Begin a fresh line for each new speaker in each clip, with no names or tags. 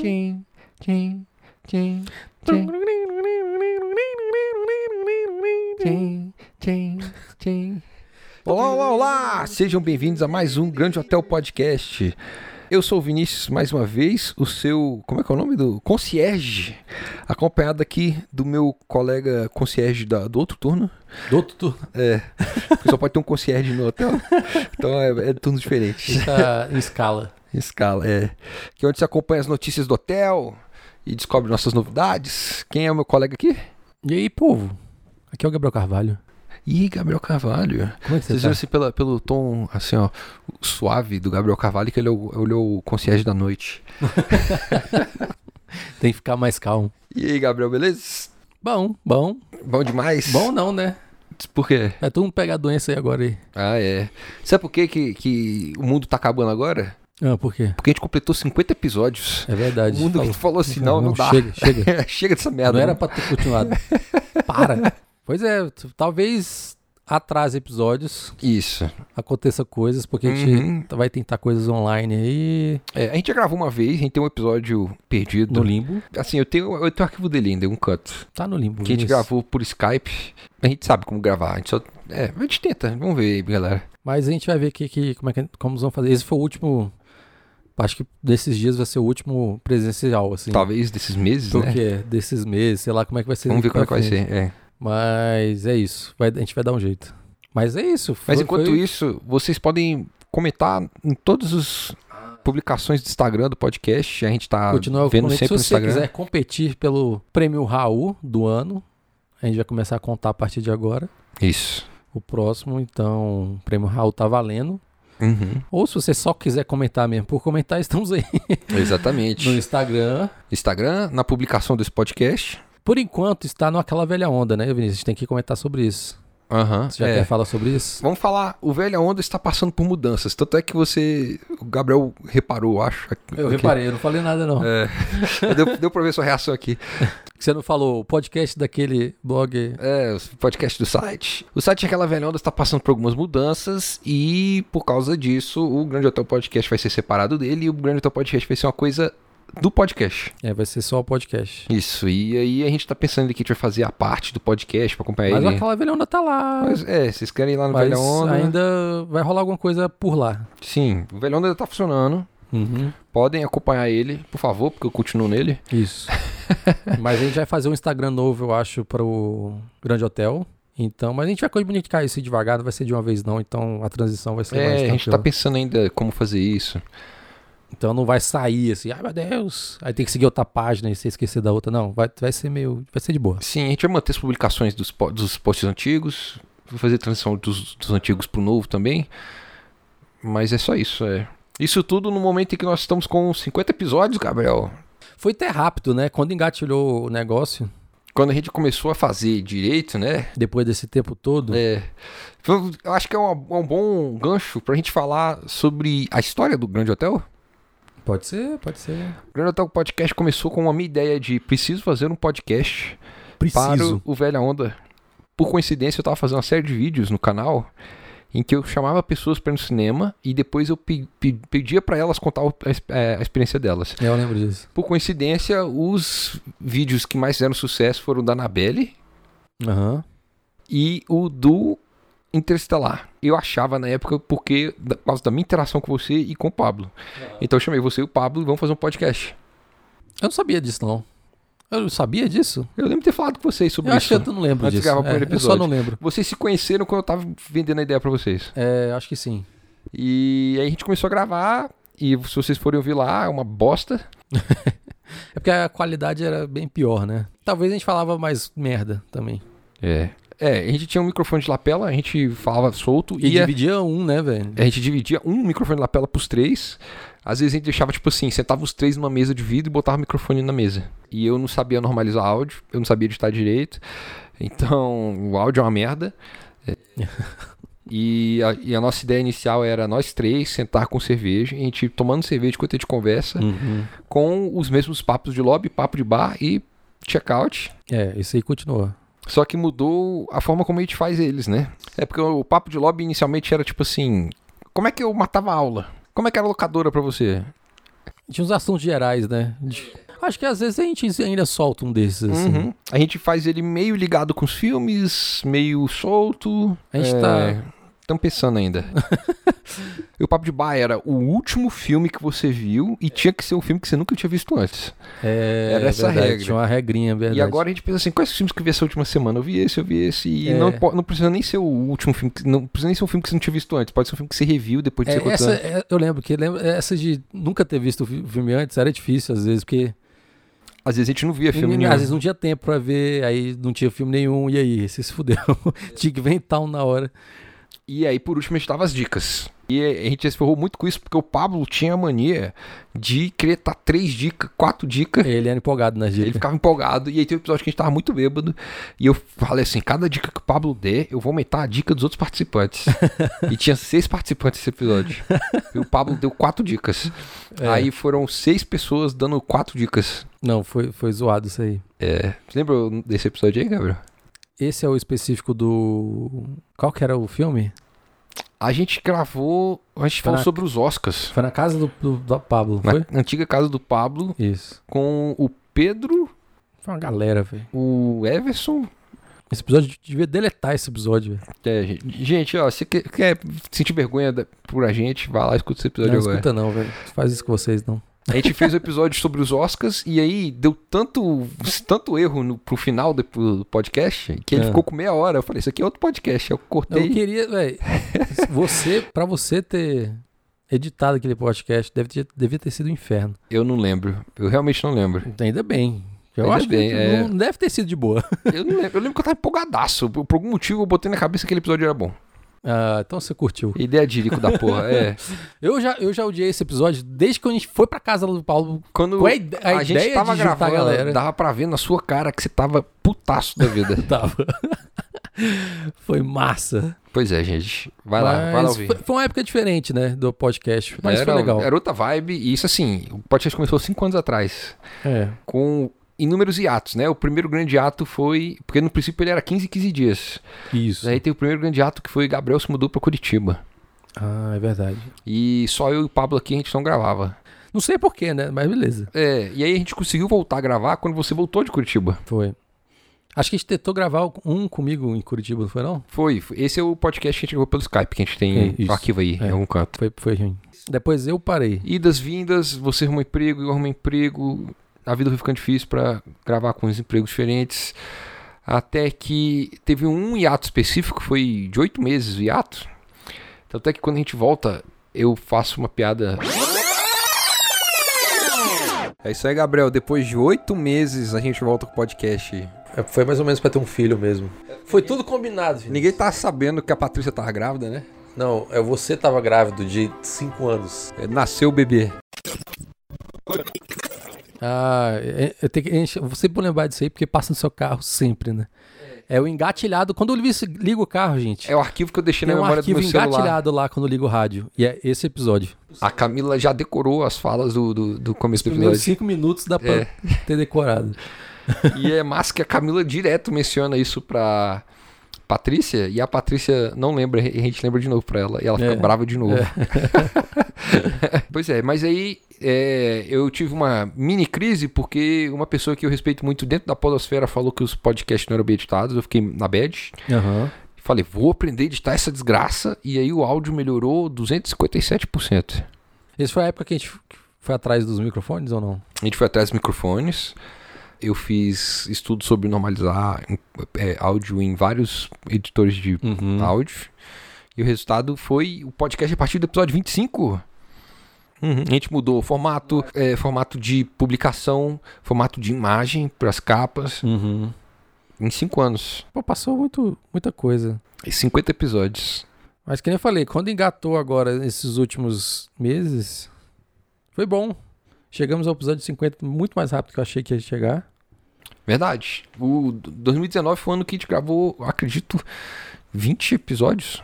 Quem, quem, quem, quem, quem, quem, quem. Olá, olá, olá! Sejam bem-vindos a mais um Grande Hotel Podcast. Eu sou o Vinícius, mais uma vez, o seu. Como é que é o nome do? Concierge. Acompanhado aqui do meu colega concierge da, do outro turno.
Do outro turno.
É. Porque só pode ter um concierge no hotel. Então é, é turno diferente.
Está tá em escala.
Escala, é. Que é onde você acompanha as notícias do hotel e descobre nossas novidades. Quem é o meu colega aqui?
E aí, povo? Aqui é o Gabriel Carvalho.
Ih, Gabriel Carvalho.
Como é que
Vocês
você tá?
viram assim pela- pelo tom, assim, ó, suave do Gabriel Carvalho, que ele é o, ele é o concierge da noite.
Tem que ficar mais calmo.
E aí, Gabriel, beleza?
Bom, bom.
Bom demais?
Bom não, né?
Por quê?
É todo mundo pegar a doença aí agora aí.
Ah, é. Sabe por quê que, que o mundo tá acabando agora?
Ah, por quê?
Porque a gente completou 50 episódios.
É verdade.
O mundo
Falou.
falou assim, não, não, dá.
Chega, chega.
Chega dessa merda.
Não era
né?
pra ter continuado. Para. Pois é, t- talvez atrase episódios,
Isso.
aconteça coisas, porque a gente
Uhum.
t- vai tentar coisas online aí
É, a gente já gravou uma vez, a gente tem um episódio perdido.
no limbo.
Assim, eu tenho, eu tenho o arquivo dele ainda, um canto.
Tá no limbo.
Que a gente
Vinícius.
gravou por Skype. A gente sabe como gravar. A gente só. É, a gente tenta. Vamos ver aí, galera.
Mas a gente vai ver que, que- como, é que, como nós vamos fazer. Esse foi o último. Acho que desses dias vai ser o último presencial, assim.
Talvez desses meses, né?
Porque é desses meses, sei lá como é que vai ser.
Tá. Vamos ver
daqui
como é que
pra
vai
frente.
ser. é.
Mas é isso. Vai- a gente vai dar um jeito. Mas é isso. Foi,
Mas enquanto
foi-
isso, vocês podem comentar em todas as publicações do Instagram do podcast. A gente tá
continua
vendo
comentando.
sempre no
Se você
Instagram.
quiser competir pelo prêmio Raul do ano, a gente vai começar a contar a partir de agora.
Isso.
O próximo, então, o prêmio Raul tá valendo.
Uhum.
Ou se você só quiser comentar mesmo, por comentar, estamos aí no
Exatamente.
Instagram.
Instagram, na publicação desse podcast.
Por enquanto, está naquela velha onda, né, Vinícius? A gente tem que comentar sobre isso.
Aham.
Você já
é.
quer falar sobre isso?
Vamos falar, o Velha Onda está passando por mudanças. Tanto é que você. O Gabriel reparou, eu acho.
Eu
aqui.
reparei, eu não falei nada, não.
É, deu, deu pra ver sua reação aqui.
Você não falou o podcast daquele blog.
É, o podcast do site. O site é Aquela Velha Onda está passando por algumas mudanças e, por causa disso, o Grande Hotel Podcast vai ser separado dele e o Grande Hotel Podcast vai ser uma coisa do podcast.
É, vai ser só o podcast.
Isso, e aí a gente tá pensando que a gente vai fazer a parte do podcast pra acompanhar
Mas
É ele.
aquela velha onda tá lá.
Mas, é, vocês querem ir lá no
Mas
Velha Onda?
ainda vai rolar alguma coisa por lá.
Sim, o Velha Onda tá funcionando. Uhum. Podem acompanhar ele, por favor, porque eu continuo nele.
Isso. mas a gente vai fazer um Instagram novo, eu acho, para o Grande Hotel. Então, mas a gente vai comunicar isso devagar, não vai ser de uma vez não, então a transição vai ser mais
É, a
tranquila.
gente tá pensando ainda como fazer isso.
Então não vai sair assim, ai meu Deus, aí tem que seguir outra página e você esquecer da outra. Não, vai, vai ser meio, vai ser de boa.
Sim, a gente vai manter as publicações dos, po- dos posts antigos, vou fazer transição dos, dos antigos pro novo também. Mas é só isso, é. Isso tudo no momento em que nós estamos com 50 episódios, Gabriel.
Foi até rápido, né? Quando engatilhou o negócio,
Quando a gente começou a fazer direito, né?
depois desse tempo todo,
É, foi- eu acho que é uma- um bom gancho pra gente falar sobre a história do Grande Hotel.
pode ser, pode ser.
O Grande Hotel Podcast começou com uma minha ideia de preciso fazer um podcast para
Preciso.
o Velha Onda. Por coincidência, eu tava fazendo uma série de vídeos no canal em que eu chamava pessoas para ir no cinema e depois eu pe- pe- pedia para elas contar o- a, ex- é, a experiência delas.
É, Eu lembro disso.
Por coincidência, os vídeos que mais fizeram sucesso foram o da Anabelle
Aham.
e o do Interestelar. Eu achava na época porque da- por causa da minha interação com você e com o Pablo.
Ah.
Então eu chamei você e o Pablo e vamos fazer um podcast.
Eu não sabia disso não. Eu sabia disso?
Eu lembro de ter falado com vocês sobre
Eu acho
isso.
que eu não lembro
Antes de
disso.
gravar o
É,
primeiro
eu só
episódio.
não lembro.
Vocês se conheceram quando eu tava vendendo a ideia para vocês.
É, acho que sim.
E aí a gente começou a gravar. E se vocês forem ouvir lá, é uma bosta.
É porque a qualidade era bem pior, né? Talvez a gente falava mais merda também.
É. É, a gente tinha um microfone de lapela, a gente falava solto.
E
E, é- a,
dividia um, né, velho?
a gente dividia um microfone de lapela pros três. Às vezes a gente deixava, tipo assim, sentava os três numa mesa de vidro e botava o microfone na mesa. E eu não sabia normalizar áudio, eu não sabia editar direito. Então, o áudio é uma merda. É. E a, e a nossa ideia inicial era nós três sentar com cerveja, a gente tomando cerveja enquanto a gente conversa.
Uhum.
com os mesmos papos de lobby, papo de bar e checkout.
É, isso aí continua.
Só que mudou a forma como a gente faz eles, né? É porque o papo de lobby inicialmente era tipo assim: como é que eu matava a aula? Como é que era a locadora pra você?
Tinha uns assuntos gerais, né? De- Acho que às vezes a gente ainda solta um desses, assim.
Uhum. A gente faz ele meio ligado com os filmes, meio solto.
A gente
É,
tá-
Tamo pensando ainda. e o Papo de Bar era o último filme que você viu e tinha que ser um filme que você nunca tinha visto antes.
É,
Era essa a
verdade,
regra.
Tinha uma regrinha, é verdade.
E agora a gente pensa assim, quais filmes que eu vi essa última semana? Eu vi esse, eu vi esse. E
É.
não, po- não precisa nem ser o último filme, que- não precisa nem ser um filme que você não tinha visto antes. Pode ser um filme que você reviu depois de
É,
ser quantos
essa,
anos.
é, eu lembro que lembro, essa de nunca ter visto o fi- filme antes era difícil, às vezes, porque
Às vezes a gente não via filme
às
nenhum.
vezes não tinha tempo pra ver, aí não tinha filme nenhum, e aí, você se fudeu. tinha que inventar um na hora.
E aí, por último, a gente tava as dicas. E a gente se ferrou muito com isso, porque o Pablo tinha a mania de querer estar três dicas, quatro dicas.
É, Ele era empolgado nas
Ele
dicas.
ficava empolgado. E aí teve um episódio que a gente tava muito bêbado. E eu falei assim: cada dica que o Pablo der, eu vou aumentar a dica dos outros participantes. e tinha seis participantes nesse episódio. E o Pablo deu quatro dicas.
É.
Aí foram seis pessoas dando quatro dicas.
Não, foi, foi zoado isso aí.
É. Você lembra desse episódio aí, Gabriel?
Esse é o específico do. Qual que era o filme?
A gente gravou. A gente
Foi
falou
na-
sobre os Oscars.
Foi na casa do, do, do Pablo,
Na
foi?
antiga casa do Pablo,
Isso.
com o Pedro,
Foi uma galera, velho.
o Everson.
Esse episódio, devia deletar esse episódio, velho.
É, gente, gente, ó, se quer, quer sentir vergonha da- por a gente, vai lá e escuta esse episódio
Não
agora.
escuta não, velho. Faz isso com vocês, não.
A gente fez o episódio sobre os Oscars e aí deu tanto, tanto erro no, pro final do, do podcast que ele
É.
ficou com meia hora. Eu falei, isso aqui é outro podcast. Eu
Eu
cortei.
queria, velho. Você, pra você ter editado aquele podcast, deve ter, devia ter sido um inferno.
Eu não lembro. Eu realmente não lembro.
Ainda bem. Eu
Ainda
acho
bem,
que
é.
não deve ter sido de boa.
Eu não lembro. Eu lembro que eu tava empolgadaço. Por, por algum motivo eu botei na cabeça que aquele episódio era bom.
Ah, então você curtiu.
Ideia de rico da porra. É.
Eu já, eu já odiei esse episódio desde que a gente foi pra casa do Paulo.
Quando
Com a, ide- a
é a gente
ideia
tava
de juntar a
gravando,
galera.
dava pra ver na sua cara que você tava putaço da vida.
Tava. foi massa.
pois é, gente. Vai lá, vai lá
Mas
ouvir.
foi, foi uma época diferente, né? Do podcast. Mas
era,
foi legal.
era outra vibe, e isso assim, o podcast começou cinco anos atrás.
É.
com inúmeros hiatos, né? O primeiro grande ato foi. Porque no princípio ele era 15, 15 dias.
Isso.
Aí tem o primeiro grande ato que foi Gabriel se mudou pra Curitiba.
Ah, é verdade.
E só eu e o Pablo aqui a gente não gravava.
Não sei porquê, né? Mas beleza.
É, e aí a gente conseguiu voltar a gravar quando você voltou de Curitiba.
Foi. Acho que a gente tentou gravar um comigo em Curitiba, não foi não?
Foi, foi- esse é o podcast que a gente gravou pelo Skype, que a gente tem
É, isso.
o arquivo aí,
É.
em algum canto.
Foi, foi ruim. Depois eu parei.
Idas, vindas, você arruma emprego, eu arrumo emprego. A vida foi ficando difícil pra gravar com os empregos diferentes. Até que teve um hiato específico, foi de oito meses o hiato. Então, até que quando a gente volta, eu faço uma piada.
É isso aí, Gabriel. Depois de oito meses, a gente volta com o podcast.
Foi mais ou menos pra ter um filho mesmo. Foi tudo combinado, gente.
Ninguém tá sabendo que a Patrícia tava grávida, né?
Não, é você tava grávido de 5 anos.
É, Nasceu o bebê.
Ah, é- eu tenho que encher- você por lembrar disso aí, porque passa no seu carro sempre, né? É o engatilhado. Quando eu ligo esse- ligo o carro, gente,
É o arquivo que eu deixei
tem
na
um
memória do
arquivo
meu celular.
engatilhado lá quando eu ligo o rádio. E é esse episódio.
A Camila já decorou as falas do, do, do começo do
Primeiros
episódio.
5 minutos dá pra ter decorado.
E é massa que a Camila direto menciona isso pra Patrícia. E a Patrícia não lembra, e a gente lembra de novo pra ela. E ela fica
É.
brava de novo. pois é, mas aí é, eu tive uma mini crise porque uma pessoa que eu respeito muito dentro da podosfera falou que os podcasts não eram bem editados. Eu fiquei na bad.
Aham.
Falei, vou aprender a editar essa desgraça. E aí o áudio melhorou 257%.
Esse foi a época que a gente foi atrás dos microfones ou não?
A gente foi atrás dos microfones. Eu fiz estudo sobre normalizar em- é, áudio em vários editores de
Uhum.
áudio. E o resultado foi o podcast é a partir do episódio 25. Uhum. A gente mudou o formato, é, formato de publicação, formato de imagem para as capas,
Uhum.
em 5 anos.
Pô, passou muito, muita coisa.
E 50 episódios.
Mas que nem eu falei, quando engatou agora esses últimos meses, foi bom. Chegamos ao episódio 50 muito mais rápido que eu achei que ia chegar.
Verdade. O d- 2019 foi o ano que a gente gravou, acredito, 20 episódios.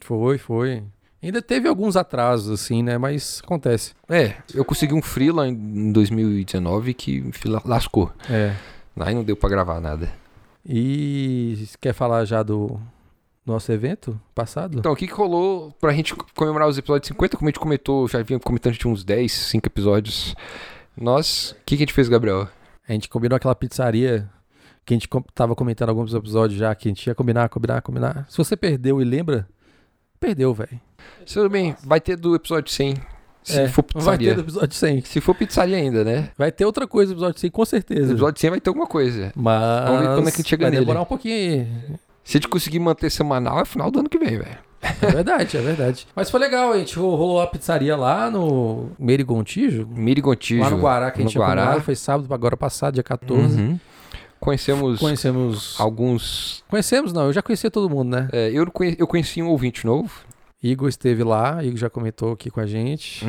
Foi, foi. Ainda teve alguns atrasos, assim, né? Mas acontece.
É, eu consegui um freela em- em 2019 que me fila- lascou.
É.
Aí não deu pra gravar nada.
E quer falar já do nosso evento passado.
Então, o que, que rolou pra gente comemorar os episódios 50? Como a gente comentou, já vinha comentando, a gente tinha uns 10, 5 episódios. Nós, o que, que a gente fez, Gabriel?
A gente combinou aquela pizzaria que a gente com- tava comentando alguns episódios já, que a gente ia combinar, combinar, combinar. Se você perdeu e lembra, perdeu, velho.
Tudo bem, vai ter do episódio 100. Se
É,
for
Vai
pizzaria.
ter do episódio 100.
Se for pizzaria ainda, né?
Vai ter outra coisa no episódio 100, com certeza.
No episódio 100 vai ter alguma coisa.
Mas
Vamos ver quando é que a gente chega
vai
nele.
demorar um pouquinho aí.
Se a gente conseguir manter semanal, é final do ano que vem, velho.
É verdade, é verdade. Mas foi legal, a gente ro- rolou a pizzaria lá no Merigontijo,
Miri Gontijo.
lá no Guará, que a
no
gente tinha
Guará.
combinado, foi sábado, agora passado, dia 14.
Uhum. Conhecemos
Conhecemos...
alguns.
Conhecemos não, eu já conhecia todo mundo, né?
é, eu, não conhe- eu conheci um ouvinte novo.
Igor esteve lá, Igor já comentou aqui com a gente.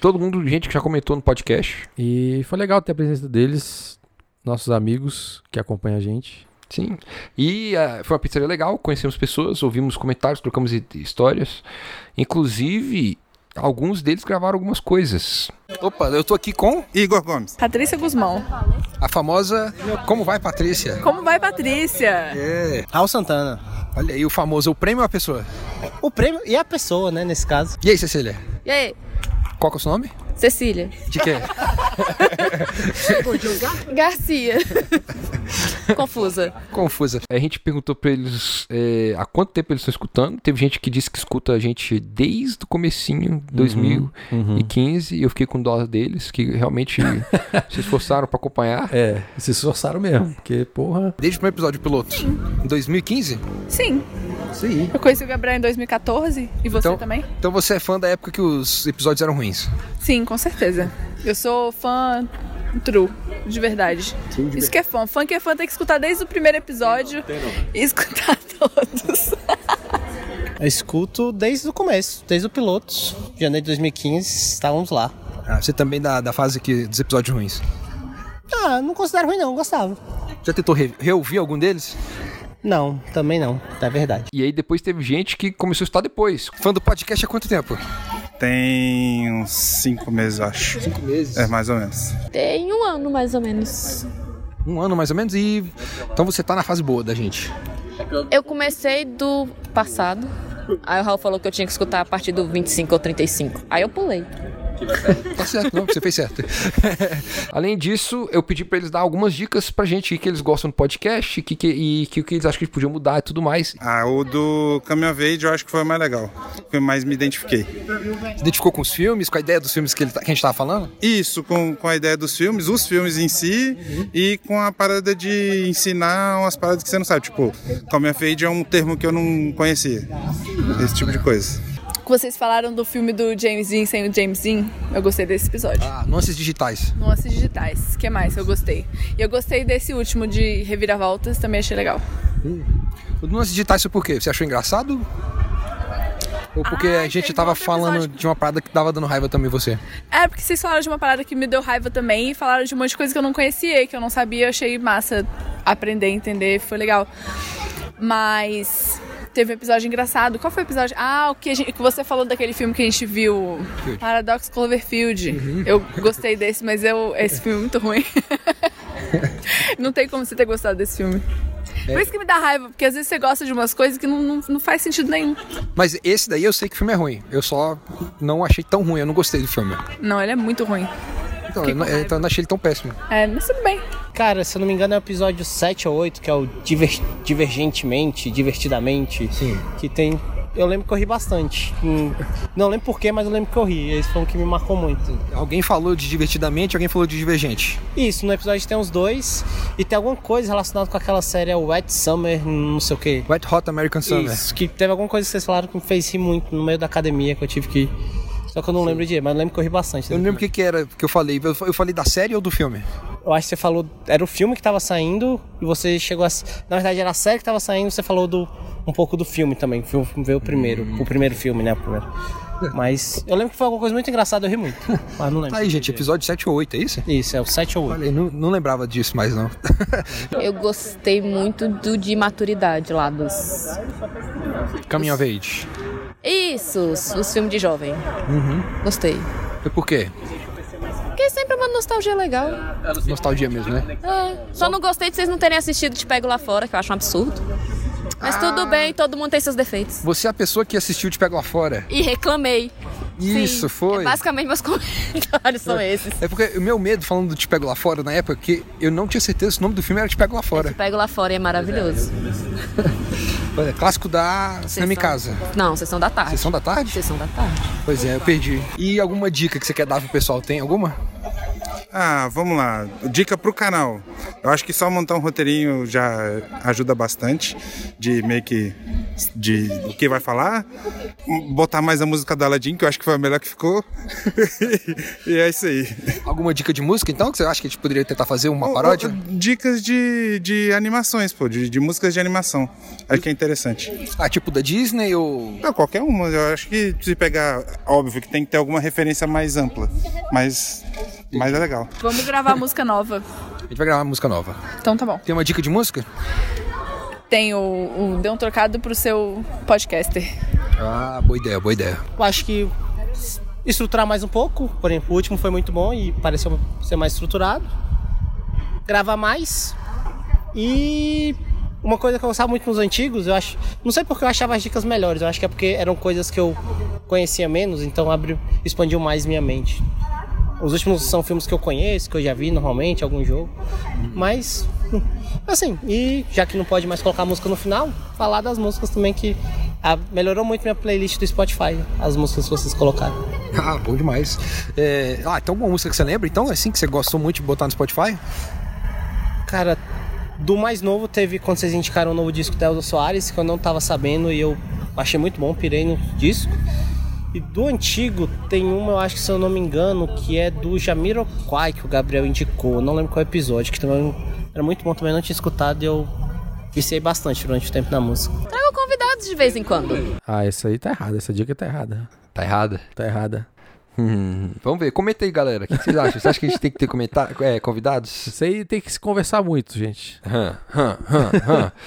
Todo mundo, gente que já comentou no podcast.
E foi legal ter a presença deles, nossos amigos que acompanham a gente.
Sim. E ah, foi uma pizzaria legal, conhecemos pessoas, ouvimos comentários, trocamos i- histórias. Inclusive, alguns deles gravaram algumas coisas.
Opa, eu tô aqui com
Igor Gomes.
Patrícia Guzmão.
a famosa Como vai, Patrícia?
Como vai, Patrícia?
É,
Raul Santana.
olha aí o famoso, o prêmio é a pessoa.
O prêmio e a pessoa, né, nesse caso.
E aí, Cecília?
E aí,
Qual que é o seu nome?
Cecília?
De quê?
Garcia. Confusa.
Confusa.
A gente perguntou pra eles é, há quanto tempo eles estão escutando. Teve gente que disse que escuta a gente desde o comecinho, Uhum. 2015. E eu fiquei com dó deles, que realmente se esforçaram pra acompanhar.
É, se esforçaram mesmo, porque, porra.
Desde o primeiro episódio piloto. Em 2015?
Sim,
Isso aí.
eu conheci o Gabriel em 2014 e você
Então-
também?
Então você é fã da época que os episódios eram ruins.
Sim, com certeza. Eu sou fã true, de verdade. Isso que é fã. Fã que é fã tem que escutar desde o primeiro episódio e escutar todos.
Eu escuto desde o começo, desde o piloto. Janeiro de 2015, estávamos lá.
Ah, você também da, da fase que, dos episódios ruins.
Ah, não considero ruim não, gostava.
Já tentou re- reouvir algum deles?
Não, também não, é verdade.
E aí depois teve gente que começou a escutar depois.
Fã do podcast há quanto tempo?
Tem uns cinco meses, eu acho. Cinco meses? É, mais ou menos.
Tem um ano mais ou menos.
Um ano mais ou menos e. Então você tá na fase boa da gente.
Eu comecei do passado. Aí o Raul falou que eu tinha que escutar a partir do 25 ou 35. Aí eu pulei.
Tá certo, não, você fez certo.
Além disso, eu pedi pra eles dar algumas dicas pra gente o que eles gostam do podcast que, que, e que, o que eles acham que eles podiam mudar e tudo mais.
Ah, o do Caminho Verde eu acho que foi o mais legal. Que eu mais me identifiquei.
Se identificou com os filmes, com a ideia dos filmes que, ele tá- que a gente tava falando?
Isso, com, com a ideia dos filmes, os filmes em si, e com a parada de ensinar umas paradas que você não sabe. Tipo, Caminho Verde é um termo que eu não conhecia. Esse tipo de coisa.
Vocês falaram do filme do James Dean sem o James Dean. Eu gostei desse episódio.
Ah, nuances digitais.
Nuances digitais. O que mais eu gostei? E eu gostei desse último de reviravoltas, também achei legal.
O Nuances digitais foi por quê? Você achou engraçado? Ou porque a
Ah,
gente
teve
tava
outro
falando
episódio.
de uma parada que tava dando raiva também em você?
É, porque vocês falaram de uma parada que me deu raiva também e falaram de um monte de coisa que eu não conhecia, que eu não sabia, eu achei massa aprender, entender, foi legal. Mas teve um episódio engraçado. Qual foi o episódio? Ah, o que, a gente- que você falou daquele filme que a gente viu, Paradox Cloverfield. Eu gostei desse, mas eu esse filme é muito ruim. não tem como você ter gostado desse filme. Por isso que me dá raiva, porque às vezes você gosta de umas coisas que não, não, não faz sentido nenhum.
Mas esse daí eu sei que o filme é ruim. Eu só não achei tão ruim, eu não gostei do filme.
Não, ele é muito ruim.
Então,
Fiquei
eu, não-
com raiva.
então eu não achei ele tão péssimo.
É, mas tudo bem.
Cara, se eu não me engano é o episódio 7 ou 8, que é o Diver- Divergentemente, Divertidamente. Sim. Que tem... Eu lembro que eu ri bastante. Hum, Não lembro porquê, mas eu lembro que eu ri. Esse foi um que me marcou muito.
Alguém falou de divertidamente, alguém falou de divergente.
Isso, no episódio tem uns dois. E tem alguma coisa relacionada com aquela série Wet Summer, não sei o quê.
White Hot American Summer.
Isso, que teve alguma coisa que vocês falaram que me fez rir muito no meio da academia que eu tive que. Só que eu não lembro de, mas eu lembro que eu ri bastante. né?
Eu não lembro o que, que era que eu falei. Eu fa- eu falei da série ou do filme?
Eu acho que você falou. Era o filme que tava saindo e você chegou a. Na verdade, era a série que tava saindo você falou do um pouco do filme também. Viu, veio o primeiro.
Hum.
O primeiro filme, né? O primeiro. Mas eu lembro que foi alguma coisa muito engraçada, eu ri muito. Mas não lembro.
Tá aí, gente, episódio 7 ou 8, é isso?
Isso, é o 7 ou 8.
Olha, eu não, não lembrava disso mais, não.
Eu gostei muito do de maturidade lá dos.
Caminho of Age.
Isso, os, os filmes de jovem.
Uhum.
Gostei.
E É por quê?
Porque sempre é uma nostalgia legal.
Nostalgia mesmo, né?
É. Só não gostei de vocês não terem assistido Te Pego Lá Fora, que eu acho um absurdo. Mas
Ah.
tudo bem, todo mundo tem seus defeitos.
Você é a pessoa que assistiu Te Pego Lá Fora.
E reclamei. Sim.
Isso, foi.
É basicamente, meus comentários são esses.
É porque o meu medo falando do Te Pego Lá Fora na época, é que eu não tinha certeza se o nome do filme era Te Pego Lá Fora.
Pego lá fora e é maravilhoso.
É Clássico da Cinema em Casa.
Não, sessão da tarde.
Sessão da tarde?
Sessão da tarde.
Pois é, eu perdi. E alguma dica que você quer dar pro pessoal? Tem alguma?
Ah, vamos lá. Dica pro canal. Eu acho que só montar um roteirinho já ajuda bastante de meio que de o que vai falar, botar mais a música da Aladdin, que eu acho que foi a melhor que ficou. e é isso aí.
Alguma dica de música, então, que você acha que a gente poderia tentar fazer uma É paródia?
Dicas de, de animações, pô, de, de músicas de animação. Acho que é interessante.
Ah, tipo da Disney ou...
Não, qualquer uma. Eu acho que se pegar, óbvio que tem que ter alguma referência mais ampla, mas, mas é legal.
Vamos gravar música nova.
A gente vai gravar uma música nova.
Então tá bom.
Tem uma dica de música?
Tem o, o Dê um Trocado pro seu podcaster.
Ah, boa ideia, boa ideia.
Eu acho que estruturar mais um pouco. Por exemplo, o último foi muito bom e pareceu ser mais estruturado. Gravar mais. E uma coisa que eu gostava muito nos antigos, eu acho. Não sei porque eu achava as dicas melhores, eu acho que é porque eram coisas que eu conhecia menos, então abriu, expandiu mais minha mente. Os últimos são filmes que eu conheço, que eu já vi normalmente, algum jogo. Mas, hum, assim, e já que não pode mais colocar música no final, falar das músicas também que ah, melhorou muito minha playlist do Spotify, as músicas que vocês colocaram.
Ah, bom demais. É, Ah, tem alguma música que você lembra, então, assim, que você gostou muito de botar no Spotify?
Cara, do mais novo teve quando vocês indicaram o novo disco da Elza Soares, que eu não tava sabendo e eu achei muito bom, pirei no disco. E do antigo tem uma, eu acho que se eu não me engano, que é do Jamiroquai que o Gabriel indicou. Eu Não lembro qual episódio, que também era muito bom, também não tinha escutado e eu viciei bastante durante o tempo na música.
Trago convidados de vez em quando.
Ah, isso aí tá errado. Essa dica tá errada.
Tá errada?
Tá errada.
Hum, Vamos ver. Comenta aí, galera. O que vocês acham? Você acha que a gente tem que ter comentar... é, convidados?
Isso aí tem que se conversar muito, gente.
Hã, hã, hã, hã.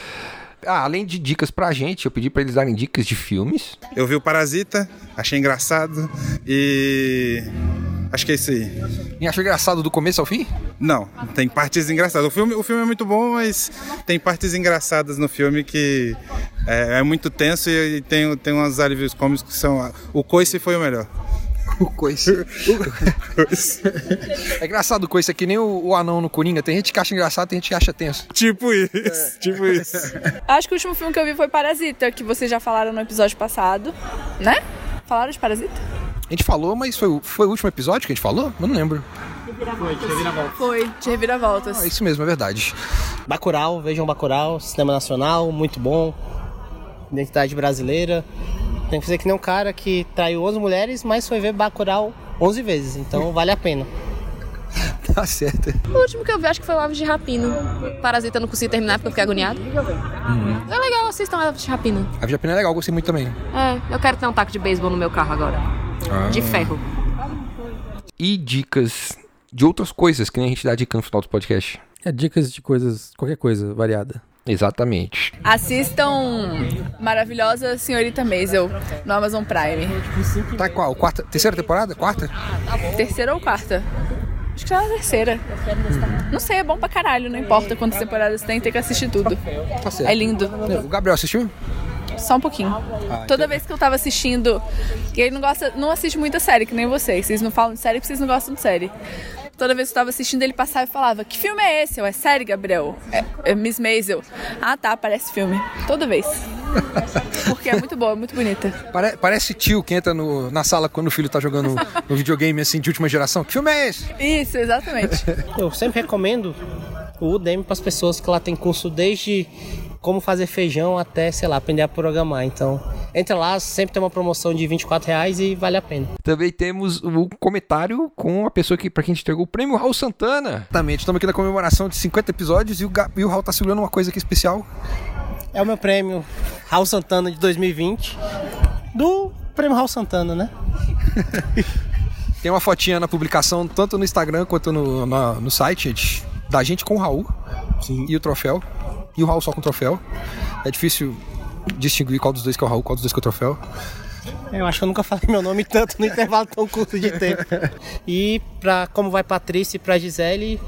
Ah, além de dicas pra gente, eu pedi pra eles darem dicas de filmes.
Eu vi o Parasita, achei engraçado e. Acho que é isso aí.
Me achou engraçado do começo ao fim?
Não, tem partes engraçadas. O filme, o filme é muito bom, mas tem partes engraçadas no filme que é, é muito tenso e, e tem, tem uns alívios cômicos que são. O coice foi o melhor.
O coice. é engraçado o coice, é que nem o, o anão no Coringa. Tem gente que acha engraçado, tem gente que acha tenso.
Tipo isso, tipo isso.
Acho que o último filme que eu vi foi Parasita, que vocês já falaram no episódio passado, né? Falaram de Parasita?
A gente falou, mas foi, o- foi o último episódio que a gente falou? Eu não lembro.
Foi, de reviravoltas.
Ah, isso mesmo, é verdade.
Bacurau, vejam Bacurau, cinema nacional, muito bom. Identidade brasileira. Tem que fazer que nem um cara que traiu 11 mulheres, mas foi ver Bacurau 11 vezes, então vale a pena.
Tá certo.
O último que eu vi, acho que foi o Aves de Rapina. Parasita, eu não consegui terminar porque eu fiquei agoniado. É legal, assistam Aves de Rapina.
A Japina é legal, eu gostei muito também.
É, eu quero ter um taco de beisebol no meu carro agora.
Ah.
De ferro.
E dicas de outras coisas, que nem a gente dá dica no final do podcast.
É dicas de coisas, qualquer coisa variada.
Exatamente.
Assistam Maravilhosa Senhorita Maisel no Amazon Prime.
Tá qual? Quarta, terceira temporada? Quarta?
Terceira ou quarta? Acho que tá na terceira. Não sei, é bom pra caralho, não importa quantas temporadas tem, tem que assistir tudo.
Tá certo.
É lindo.
O Gabriel assistiu?
Só um pouquinho. Toda vez que eu tava assistindo. E ele não gosta, não assiste muita série, que nem vocês. Vocês não falam de série porque vocês não gostam de série. Toda vez que eu tava assistindo, ele passava e falava: Que filme é esse? Eu, é série, Gabriel? É, é Miss Maisel. Ah, tá, parece filme. Toda vez. Porque é muito boa, é muito bonita.
Pare- parece tio que entra no- na sala quando o filho tá jogando no videogame assim de última geração. Que filme é esse?
Isso, exatamente.
Eu sempre recomendo o Udemy para as pessoas que lá tem curso desde como fazer feijão até, sei lá, aprender a programar. Então, entra lá, sempre tem uma promoção de R$ 24 reais e vale a pena.
Também temos o comentário com a pessoa que, pra quem a gente entregou o prêmio, Raul Santana.
Exatamente, estamos aqui na comemoração de 50 episódios e o, Ga- e o Raul tá segurando uma coisa aqui especial.
É o meu prêmio Raul Santana de 2020 do prêmio Raul Santana, né?
Tem uma fotinha na publicação, tanto no Instagram quanto no, na- no site, gente, da gente com o Raul e o troféu. E o Raul só com o troféu. É difícil distinguir qual dos dois que é o Raul, qual dos dois que é o troféu.
Eu acho que eu nunca falei meu nome tanto no intervalo tão curto de tempo. E pra como vai Patrícia e pra Gisele,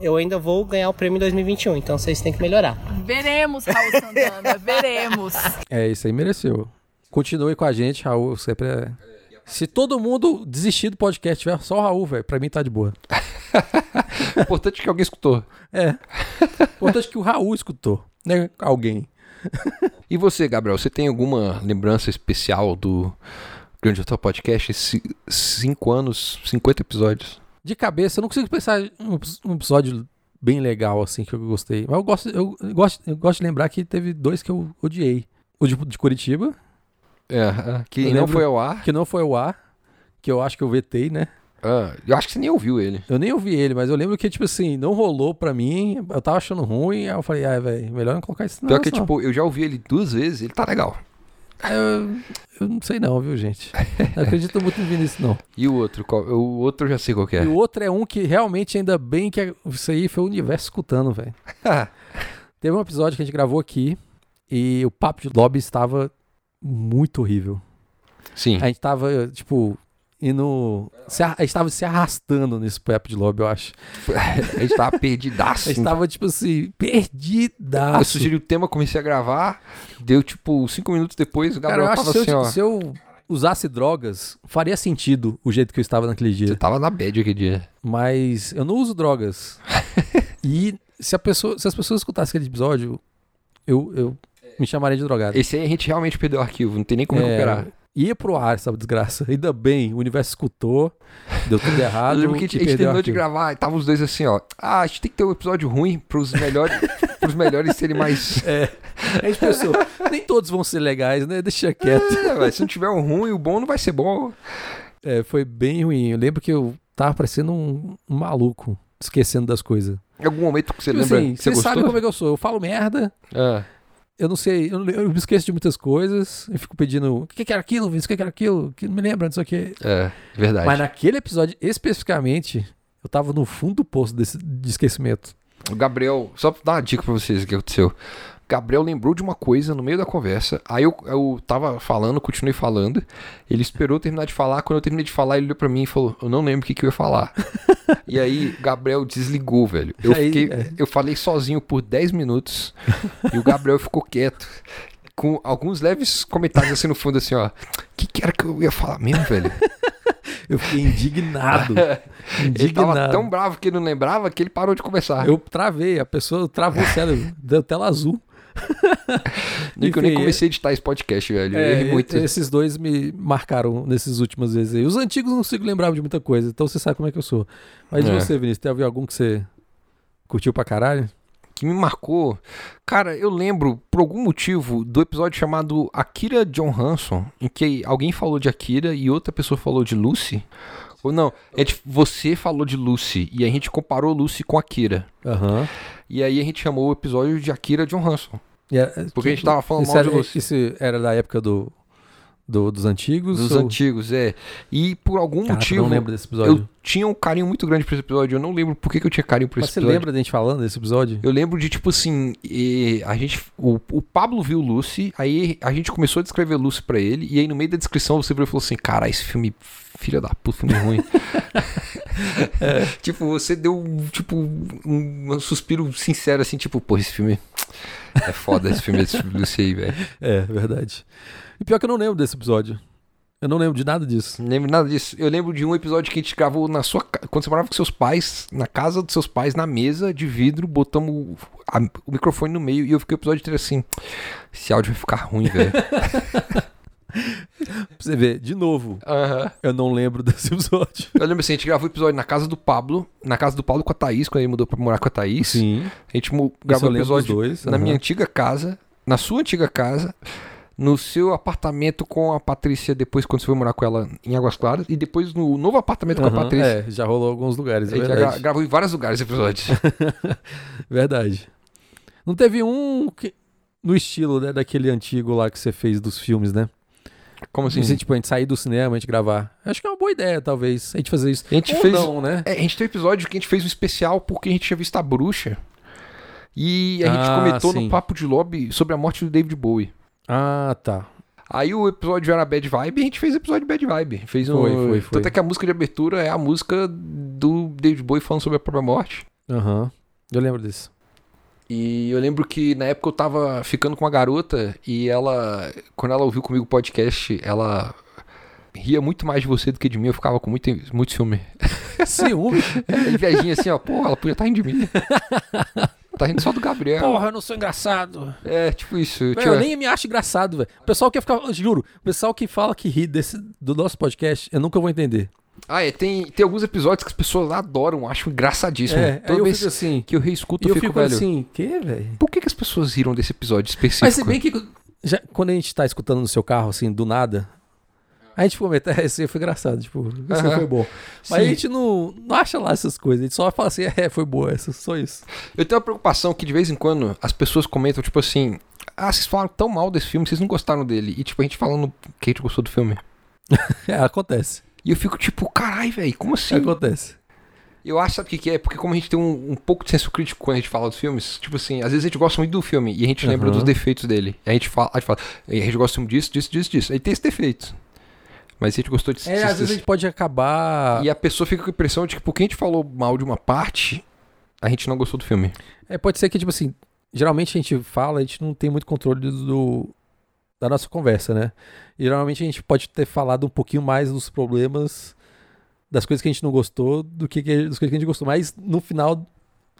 eu ainda vou ganhar o prêmio em 2021, então vocês têm que melhorar.
Veremos, Raul Santana, veremos.
É, isso aí mereceu. Continue com a gente, Raul. Sempre é... Se todo mundo desistir do podcast, tiver só o Raul, velho, pra mim tá de boa.
O importante é que alguém escutou.
É. Importante que o Raul escutou, né? Alguém.
E você, Gabriel, você tem alguma lembrança especial do Grande Hotel Podcast? Esse cinco anos, 50 episódios.
De cabeça, eu não consigo pensar em um epis- um episódio bem legal, assim, que eu gostei. Mas eu gosto, eu gosto, eu gosto de lembrar que teve dois que eu odiei. O de, de Curitiba,
É, ah, que
Eu
não
lembro-
foi ao ar.
que não foi o ar, que eu acho que eu vetei, né?
Ah, eu acho que você nem ouviu ele.
Eu nem ouvi ele, mas eu lembro que, tipo assim, não rolou pra mim, eu tava achando ruim, aí eu falei, ai, velho, melhor não colocar isso não.
Pior que, tipo, eu já ouvi ele duas vezes, ele tá legal.
Eu não sei não, viu, gente? Não acredito muito no Vinícius, não.
E o outro? Qual? O outro eu já sei qual que é.
E o outro é um que realmente, ainda bem que é- isso aí foi o universo escutando, velho. Teve um episódio que a gente gravou aqui e o papo de lobby estava muito horrível.
Sim.
A gente tava, tipo, indo. Se, a a gente tava se arrastando nesse papo de lobby, eu acho.
A gente tava perdidaço.
A gente tava, tipo assim, perdidaço.
Eu sugeri o tema, comecei a gravar. Deu tipo cinco minutos depois, o
Cara,
Gabriel
eu acho
tava
que se,
assim,
eu,
ó.
se eu usasse drogas, faria sentido o jeito que eu estava naquele
Você tá-
dia.
tava na bad aquele dia.
Mas eu não uso drogas. e se, a pessoa, se as pessoas escutassem aquele episódio, eu, eu me chamaria de drogado.
Esse aí a gente realmente perdeu o arquivo, não tem nem como
É,
recuperar.
Ia pro ar essa desgraça. Ainda bem, o universo escutou, deu tudo
Eu
errado.
lembro que a
e
gente, a gente
perdeu o
terminou de
arquivo.
gravar e tava os dois assim, ó. Ah, a gente tem que ter um episódio ruim pros melhores, pros melhores serem mais.
A gente pensou, É nem todos vão ser legais, né? Deixa quieto.
É, velho, se não tiver um ruim, o bom não vai ser bom.
É, foi bem ruim. Eu lembro que eu tava parecendo um, um maluco, esquecendo das coisas.
Em algum momento que você
Tipo
lembra.
assim,
que você
vocês
gostou?
sabem como é que eu sou. Eu falo merda, é
Ah,
eu não sei, eu, não- eu me esqueço de muitas coisas, eu fico pedindo, o que que era aquilo, Vinícius, o que que era aquilo, que não me lembra, não sei o que.
é, verdade.
Mas naquele episódio, especificamente, eu tava no fundo do poço desse, de esquecimento.
O Gabriel, só pra dar uma dica pra vocês o que aconteceu. O Gabriel lembrou de uma coisa no meio da conversa. Aí eu, eu tava falando, continuei falando. Ele esperou eu terminar de falar. Quando eu terminei de falar, ele olhou pra mim e falou: Eu não lembro o que, que eu ia falar. e aí, o Gabriel desligou, velho. Eu,
Aí,
fiquei-
é.
eu falei sozinho por 10 minutos. e o Gabriel ficou quieto. Com alguns leves comentários assim no fundo, assim, ó. O que, que era que eu ia falar mesmo, velho?
Eu fiquei indignado.
Ele tava
indignado.
tão bravo que ele não lembrava que ele parou de conversar.
Eu travei, a pessoa travou o cérebro, deu tela azul.
Nem que eu nem
Enfim,
comecei a editar esse podcast, velho. eu
é,
errei muito.
Esses dois me marcaram nessas últimas vezes aí. Os antigos eu não consigo lembrar de muita coisa, então você sabe como é que eu sou. Mas e
É.
você, Vinícius, teve algum que você curtiu pra caralho?
que me marcou. Cara, eu lembro, por algum motivo, do episódio chamado Akira John Hanson, em que alguém falou de Akira e outra pessoa falou de Lucy. Ou não, a gente- você falou de Lucy e a gente comparou Lucy com Akira.
Aham.
E aí a gente chamou o episódio de Akira John Hanson.
E era-
Porque a gente tava falando
isso
mal
era,
de você.
Isso era da época do, do- dos antigos?
Dos
ou-
antigos, é. E por algum
Caraca, eu
motivo.
não lembro desse episódio.
eu tinha um carinho muito grande por esse episódio. Eu não lembro por que, que eu tinha carinho por
Mas
esse
você
episódio.
lembra da gente falando desse episódio?
Eu lembro de, tipo assim, eh, a gente, o, o Pablo viu Lucy, aí a gente começou a descrever Lucy pra ele, e aí no meio da descrição você virou e falou assim, cara, esse filme, filha da puta, filme ruim. Tipo, você deu, tipo, um, um suspiro sincero, assim, tipo, pô, esse filme é foda, esse filme, esse filme Lucy aí, velho.
É, verdade. E pior que eu não lembro desse episódio. Eu não lembro de nada disso.
Não lembro nada disso. Eu lembro de um episódio que a gente gravou na sua ca- quando você morava com seus pais, na casa dos seus pais, na mesa de vidro, botamos o- a- o microfone no meio e eu fiquei o episódio inteiro assim, esse áudio vai ficar ruim, velho.
Pra você ver, de novo, eu não lembro desse episódio.
Eu lembro assim, a gente gravou o episódio na casa do Pablo, na casa do Pablo com a Thaís, quando ele mudou pra morar com a Thaís. A gente mu-
Isso
gravou
eu
o
lembro dos
episódio
dois.
na
aham.
minha antiga casa, na sua antiga casa, no seu apartamento com a Patrícia, depois quando você foi morar com ela em Águas Claras, e depois no novo apartamento com a
Aham,
Patrícia.
É, já rolou alguns lugares,
A
é
gente já gra-
verdade.
gravou em vários lugares esse episódio.
Verdade. Não teve um que- no estilo né, daquele antigo lá que você fez dos filmes, né?
Como assim?
Assim, tipo, a gente sair do cinema, a gente gravar. Acho que é uma boa ideia, talvez, a gente fazer isso.
A gente
Ou
fez-
não, né?
É, a gente tem um episódio que a gente fez um especial porque a gente tinha visto a bruxa. E a gente
Ah,
comentou
sim.
no papo de lobby sobre a morte do David Bowie.
Ah, tá.
Aí o episódio era Bad Vibe e a gente fez episódio Bad Vibe. Fez um...
Foi, foi, foi.
Tanto é que a música de abertura é a música do David Bowie falando sobre a própria morte.
Aham. Eu lembro disso.
E eu lembro que na época eu tava ficando com uma garota e ela, quando ela ouviu comigo o podcast, ela ria muito mais de você do que de mim. Eu ficava com muito, muito ciúme.
Ciúme?
Ele viajinha assim, ó, pô, ela podia estar rindo de mim. Tá rindo só do Gabriel.
Porra, eu não sou engraçado.
É, tipo isso.
Velho,
Tinha-
É. eu nem me acho engraçado, velho. O pessoal que fica. eu Juro, o pessoal que fala que ri desse, do nosso podcast, eu nunca vou entender.
Ah, é, tem, tem alguns episódios que as pessoas adoram, acham engraçadíssimo.
É, aí
Toda
eu
vez
fico assim.
que eu reescuto,
E
eu,
eu
fico,
fico
velho.
assim, que, velho?
Por que, que as pessoas riram desse episódio específico?
Mas se bem que já, quando a gente tá escutando no seu carro, assim, do nada, a gente comenta, é, isso aí foi engraçado, tipo, isso aí
Aham.
foi bom. Mas a gente não, não acha lá essas coisas, a gente só fala assim, é, foi boa, essa, só isso.
Eu tenho uma preocupação que de vez em quando as pessoas comentam, tipo assim. Ah, vocês falaram tão mal desse filme, vocês não gostaram dele. E tipo, a gente falando que a gente gostou do filme.
É, acontece,
E eu fico tipo, carai, velho, como
É,
assim?
acontece.
Eu acho, sabe o que, que é? Porque como a gente tem um, um pouco de senso crítico quando a gente fala dos filmes, tipo assim, às vezes a gente gosta muito do filme e a gente lembra
Aham.
dos defeitos dele. A gente fala, a gente, fala, a gente gosta muito disso, disso, disso, disso. Aí tem esse defeito. Mas a gente gostou disso,
É,
disso,
às vezes a
disso.
gente pode acabar...
E a pessoa fica com a impressão de que porque a gente falou mal de uma parte, a gente não gostou do filme.
É, pode ser que, tipo assim, geralmente a gente fala, a gente não tem muito controle do, do- da nossa conversa, né? E geralmente a gente pode ter falado um pouquinho mais dos problemas, das coisas que a gente não gostou, do que, que das coisas que a gente gostou. Mas no final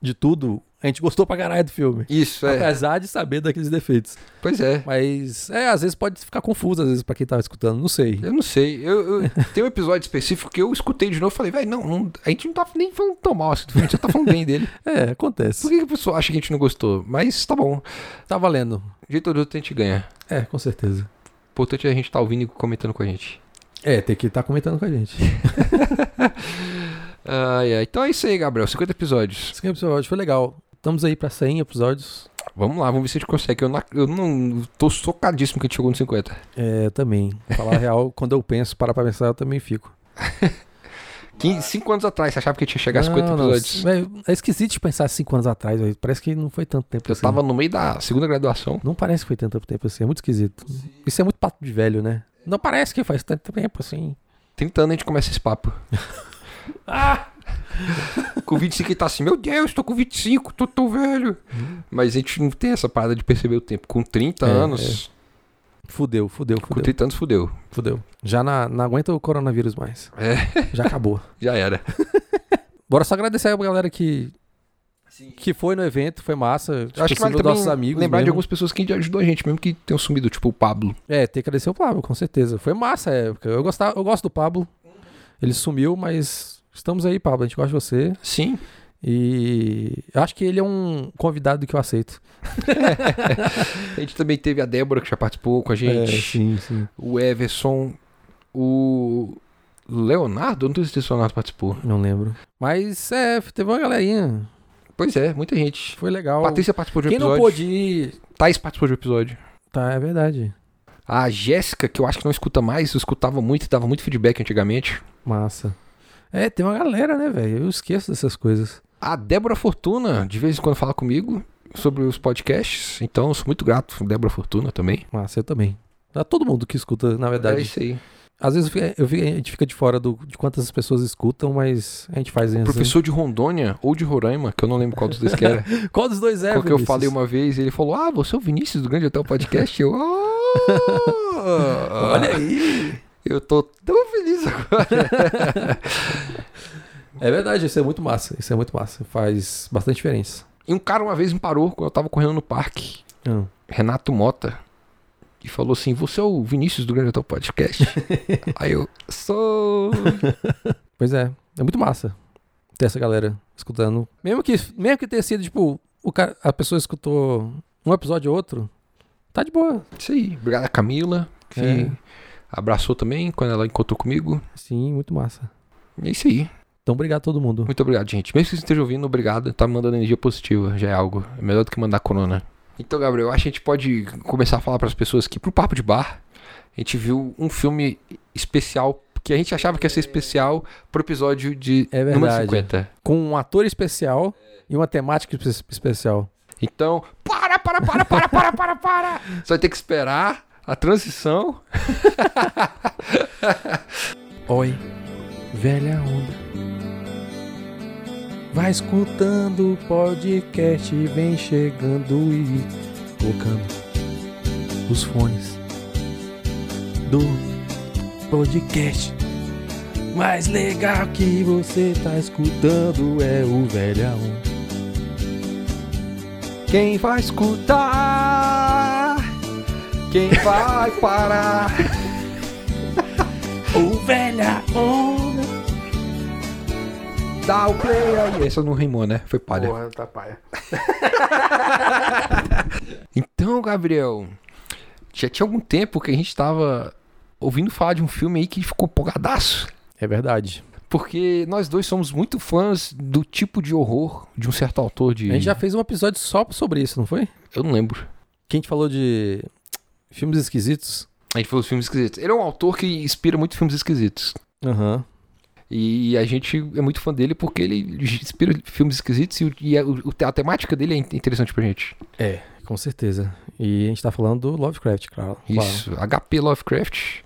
de tudo, a gente gostou pra caralho do filme.
Isso, é.
Apesar de saber daqueles defeitos.
Pois é.
Mas, é, às vezes pode ficar confuso, às vezes, pra quem tava escutando, não sei.
Eu não sei. Eu, eu- tem um episódio específico que eu escutei de novo e falei, velho, não, não- a gente não tá nem falando tão mal assim do filme, a gente só tá falando bem dele.
É,
Por
acontece.
que, que a pessoa acha que a gente não gostou? Mas tá bom.
Tá valendo.
De jeito ou de outro a gente ganha.
É, com certeza.
O importante é a gente tá ouvindo e comentando com a gente.
É, tem que estar comentando com a gente.
Ai, ai. Então é isso aí, Gabriel. 50 episódios.
Esse é episódio foi legal. Estamos aí pra 100 episódios.
Vamos lá, vamos ver se a gente consegue. Eu não, eu não- tô socadíssimo que a gente chegou no 50.
É, eu também. Falar a real, quando eu penso, parar pra pensar, eu também fico.
15, 5 anos atrás, você achava que a gente ia chegar a
Não,
50
não,
episódios.
velho, é esquisito de pensar cinco anos atrás, velho. Parece que não foi tanto tempo
Eu
assim.
tava no meio da segunda graduação.
Não parece que foi tanto tempo assim. É muito esquisito. Isso é muito papo de velho, né? Não parece que faz tanto tempo assim.
30 anos a gente começa esse papo. Ah! Com 25 ele tá assim, meu Deus, tô com 25, tô tão velho. Mas a gente não tem essa parada de perceber o tempo. Com 30
É,
anos,
Fudeu, fudeu,
com
fudeu.
30 anos fudeu.
fudeu. Já na- não aguenta o coronavírus mais. É. Já acabou.
Já era.
Bora só agradecer a galera que. Que foi no evento, foi massa.
Eu acho que vale
Inclusive,
também
nossos amigos.
lembrar de
mesmo.
algumas pessoas que ajudou a gente, mesmo que tenham sumido, tipo o Pablo.
É, tem que agradecer o Pablo, com certeza. Foi massa a época. Eu, gostava, eu gosto do Pablo. Ele sumiu, mas estamos aí, Pablo. A gente gosta de você.
Sim.
E eu acho que ele é um convidado que eu aceito.
A gente também teve a Débora, que já participou com a
É,
gente.
sim, sim.
o Everson. O Leonardo? Eu Não sei se o Leonardo participou.
Não lembro. Mas é, teve uma galerinha.
Pois é, muita gente.
Foi legal.
Patrícia participou de um
Então, Quem não
episódio.
pôde ir.
Thais participou de um episódio.
Tá, é verdade.
A Jéssica, que eu acho que não escuta mais, eu escutava muito e dava muito feedback antigamente.
Massa. É, tem uma galera, né, velho? Eu esqueço dessas coisas.
A Débora Fortuna, de vez em quando, fala comigo sobre os podcasts. Então, eu sou muito grato, Débora Fortuna também.
Massa, eu também. A todo mundo que escuta, na
É
verdade.
isso aí.
Às vezes eu fico- eu fico- a gente fica de fora do- de quantas pessoas escutam, mas a gente faz isso. né?
Professor de Rondônia ou de Roraima, que eu não lembro qual dos dois que era.
Qual dos dois é,
qual que eu
Vinícius?
falei uma vez, ele falou: Ah, você é o Vinícius do Grande Hotel Podcast? Eu. "Ah."
Olha aí.
Eu tô tão feliz agora.
É verdade, isso é muito massa. Isso é muito massa. Faz bastante diferença.
e um cara uma vez me parou quando eu tava correndo no parque.
Ah.
Renato Mota e falou assim: Você é o Vinícius do Grande Hotel Podcast? Aí eu sou.
Pois é, é muito massa ter essa galera escutando. Mesmo que, mesmo que tenha sido, tipo, o cara, a pessoa escutou um episódio ou outro, tá de boa.
Isso aí. Obrigado a Camila, que
É.
abraçou também quando ela encontrou comigo.
Sim, muito massa.
E é isso aí.
Então, obrigado a todo mundo.
Muito obrigado, gente. Mesmo que você esteja ouvindo, obrigado. Tá me mandando energia positiva, já é algo. É melhor do que mandar corona. Então, Gabriel, eu acho que a gente pode começar a falar para as pessoas que pro Papo de Bar, a gente viu um filme especial que a gente achava que ia ser especial pro episódio de
É
número
verdade.
50.
Com um ator especial e uma temática espe- especial.
Então, para, para, para, para, para, para, para. Você vai ter que esperar a transição.
Oi, velha onda. Vai escutando o podcast, vem chegando e tocando os fones do podcast. Mais legal que você tá escutando é o velhão.
Quem vai escutar? Quem vai parar?
O velha onda.
Dá o play aí. Essa não rimou, né? Foi palha.
Porra, tá paia.
Então, Gabriel, já tinha algum tempo que a gente tava ouvindo falar de um filme aí que ficou empolgadaço.
É verdade.
Porque nós dois somos muito fãs do tipo de horror de um certo autor de.
A gente já fez um episódio só sobre isso, não foi?
Eu não lembro.
Que a gente falou de filmes esquisitos.
A gente falou dos filmes esquisitos. Ele é um autor que inspira muito filmes esquisitos.
Aham.
E a gente é muito fã dele porque ele inspira filmes esquisitos e, o- e a, o- a temática dele é in- interessante pra gente.
É, com certeza. E a gente tá falando do Lovecraft, claro.
Isso, HP Lovecraft,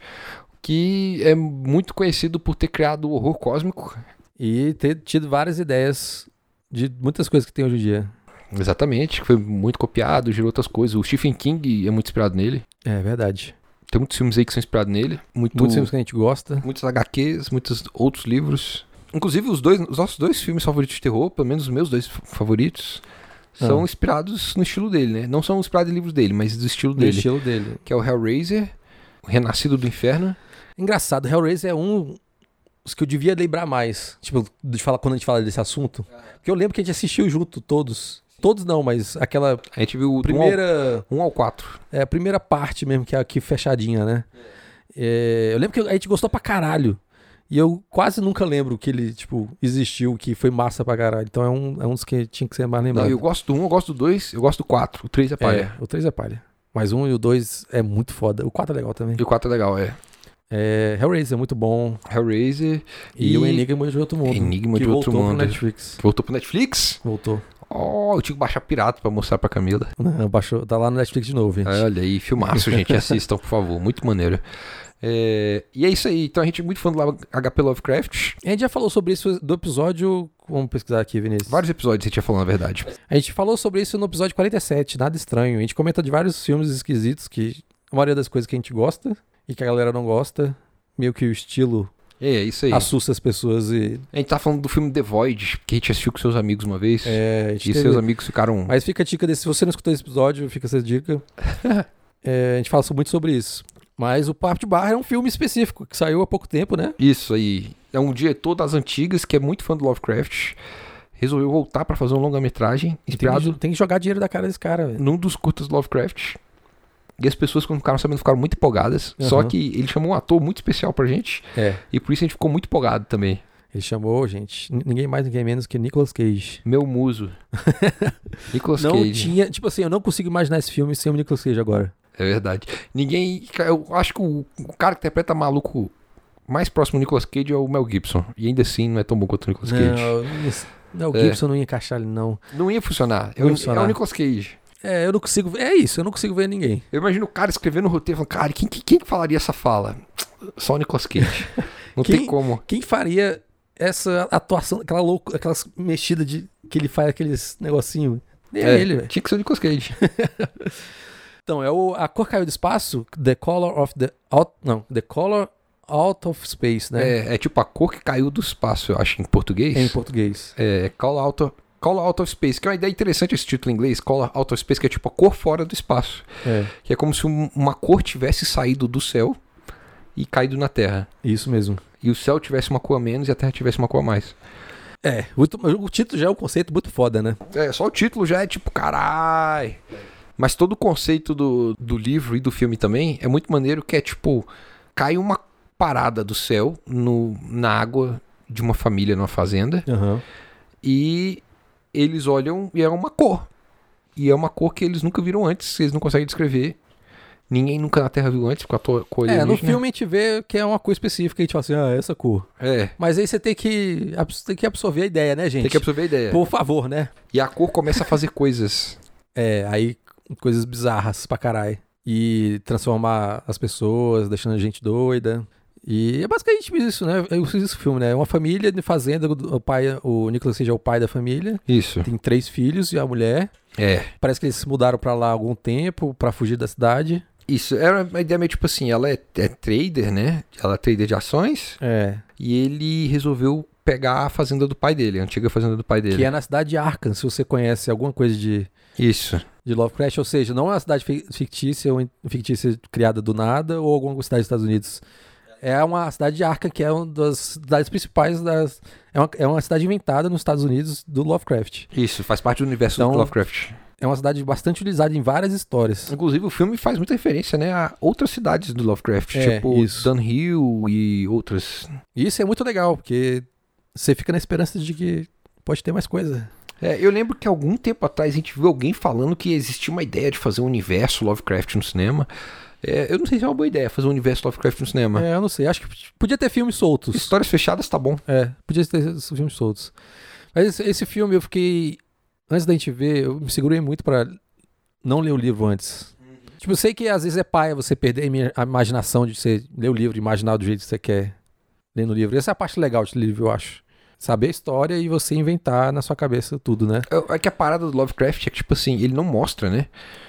que é muito conhecido por ter criado o horror cósmico.
E ter tido várias ideias de muitas coisas que tem hoje em dia.
Exatamente, que foi muito copiado, gerou outras coisas. O Stephen King é muito inspirado nele.
É verdade.
Tem muitos filmes aí que são inspirados nele. Muito,
Muitos filmes que a gente gosta.
muitos HQs, muitos outros livros. Inclusive, os, dois, os nossos dois filmes favoritos de terror, pelo menos os meus dois f- favoritos, são
Ah.
inspirados no estilo dele, né? Não são inspirados em livros dele, mas do estilo
Do
dele.
estilo dele.
Que é o Hellraiser, o Renascido do Inferno.
Engraçado, Hellraiser é um dos que eu devia lembrar mais. Tipo, de falar quando a gente fala desse assunto.
É.
Porque eu lembro que a gente assistiu junto, todos. Todos não, mas aquela
A gente viu o
primeira.
1 ao 4.
É a primeira parte mesmo, que é aqui fechadinha, né? É, eu lembro que a gente gostou pra caralho. E eu quase nunca lembro que ele, tipo, existiu, que foi massa pra caralho. Então é um, é um dos que tinha que ser mais
Não,
lembrado.
eu gosto do 1, eu gosto do 2, eu gosto do 4. O 3 é palha.
É, o 3 é palha. Mas um e o 2 é muito foda. O 4 é legal também.
E o 4 é legal, é.
É, Hellraiser é muito bom.
Hellraiser.
E, o Enigma é de Outro Mundo.
Enigma é
que
de Outro
voltou
Mundo.
Pro Netflix.
Voltou pro Netflix?
Voltou.
Ó, eu tinha que baixar pirata pra mostrar pra Camila.
Não, baixou, tá lá no Netflix de novo, gente.
Ah, Olha aí, filmaço, gente. Assistam, por favor. Muito maneiro. É, e é isso aí. Então a gente é muito fã do Lava- HP Lovecraft.
A gente já falou sobre isso do episódio. Vamos pesquisar aqui, Vinícius.
Vários episódios a gente já falou, na verdade.
A gente falou sobre isso no episódio 47, nada estranho. A gente comenta de vários filmes esquisitos que a maioria das coisas que a gente gosta e que a galera não gosta, meio que o estilo
É, é isso aí.
assusta as pessoas e
A gente tá falando do filme The Void, que a gente assistiu com seus amigos uma vez.
é, a gente
e
teve-
seus amigos ficaram.
Mas fica a dica desse, se você não escutou esse episódio, fica essa dica. É, a gente fala muito sobre isso. Mas o Papo de Barra é um filme específico que saiu há pouco tempo, né?
Isso aí. É um diretor das antigas que é muito fã do Lovecraft. Resolveu voltar pra fazer um
E
longa-metragem
tem que,
inspirado
tem que jogar dinheiro da cara desse cara, velho.
num dos curtas do Lovecraft. E as pessoas, quando ficaram sabendo, ficaram muito empolgadas. Só
Aham.
que ele chamou um ator muito especial pra gente.
É.
E por isso a gente ficou muito empolgado também.
Ele chamou, gente, n- ninguém mais, ninguém menos que Nicolas Cage.
Meu muso. Nicolas
não
Cage.
tinha, tipo assim, eu não consigo imaginar esse filme sem o Nicolas Cage agora.
É verdade. Ninguém. Eu acho que o, o cara que interpreta maluco mais próximo do Nicolas Cage é o Mel Gibson. E ainda assim não é tão bom quanto o Nicolas Cage.
Não, o
É.
Gibson não ia encaixar ele, não.
Não ia funcionar. É
Não
o-
ia funcionar.
É o Nicolas Cage.
É, eu não consigo. É isso, eu não consigo ver ninguém.
Eu imagino o cara escrevendo o roteiro falando, cara, quem, quem, quem que falaria essa fala? Só o Nicolas Cage. Não
Quem-
tem como.
Quem faria essa atuação, aquela louca, aquelas mexidas de que ele faz aqueles negocinho? Nem é. ele, velho.
tinha que ser o Nicolas Cage.
Então, é o A Cor Caiu do Espaço, The Color of the Out, não, The Color Out of Space, né?
É, é tipo a cor que caiu do espaço, eu acho, em português.
Em português.
É, Call Out of, Call Out of Space, que é uma ideia interessante esse título em inglês, Call Out of Space, que é tipo a cor fora do espaço.
É,
Que é como se um- uma cor tivesse saído do céu e caído na Terra.
isso mesmo.
E o céu tivesse uma cor a menos e a Terra tivesse uma cor a mais.
É, muito- o título já é um conceito muito foda, né?
É, só o título já é tipo, carai. Mas todo o conceito do, do livro e do filme também é muito maneiro, que é tipo, cai uma parada do céu no, na água de uma família numa fazenda
Aham.
e eles olham e é uma cor. E é uma cor que eles nunca viram antes, eles não conseguem descrever. Ninguém nunca na Terra viu antes, com a to- cor
É, no
alienígena.
filme a gente vê que é uma cor específica, a gente fala assim, ah, essa cor.
É,
Mas aí você tem que, abs- tem que absorver a ideia, né, gente?
tem que absorver a ideia.
Por favor, né?
E a cor começa a fazer coisas.
É, aí coisas bizarras pra caralho. E transformar as pessoas, deixando a gente doida. E é basicamente isso, né? Eu fiz esse filme, né? É uma família de fazenda, o o pai, o Nicolas Cage é o pai da família.
Isso.
Tem três filhos e a mulher.
É.
Parece que eles se mudaram pra lá há algum tempo pra fugir da cidade.
Isso. Era uma ideia meio tipo assim, ela é, é trader, né? Ela é trader de ações.
É.
E ele resolveu pegar a fazenda do pai dele, a antiga fazenda do pai dele.
Que é na cidade de Arkham, se você conhece alguma coisa de,
Isso.
de Lovecraft, ou seja, não é uma cidade fi- fictícia ou in- fictícia criada do nada ou alguma cidade dos Estados Unidos. É uma cidade de Arkham que é uma das cidades principais das é uma, é uma cidade inventada nos Estados Unidos do Lovecraft.
Isso, faz parte do universo do
Então-
Lovecraft.
É uma cidade bastante utilizada em várias histórias.
Inclusive, o filme faz muita referência, né, a outras cidades do Lovecraft,
É,
tipo
isso.
Dunhill e outras.
E isso é muito legal, porque você fica na esperança de que pode ter mais coisa.
É, eu lembro que algum tempo atrás a gente viu alguém falando que existia uma ideia de fazer um universo Lovecraft no cinema. É, eu não sei se é uma boa ideia fazer um universo Lovecraft no cinema.
É, eu não sei, acho que podia ter filmes soltos.
Histórias fechadas tá bom.
É, podia ter esses filmes soltos. Mas esse, esse filme eu fiquei. Antes da gente ver, eu me segurei muito pra não ler o livro antes. Tipo, eu sei que às vezes é paia você perder a imi- a imaginação de você ler o livro, imaginar do jeito que você quer ler no livro. Essa é a parte legal de livro, eu acho. Saber a história e você inventar na sua cabeça tudo, né?
É é que a parada do Lovecraft é que, tipo assim, ele não mostra, né?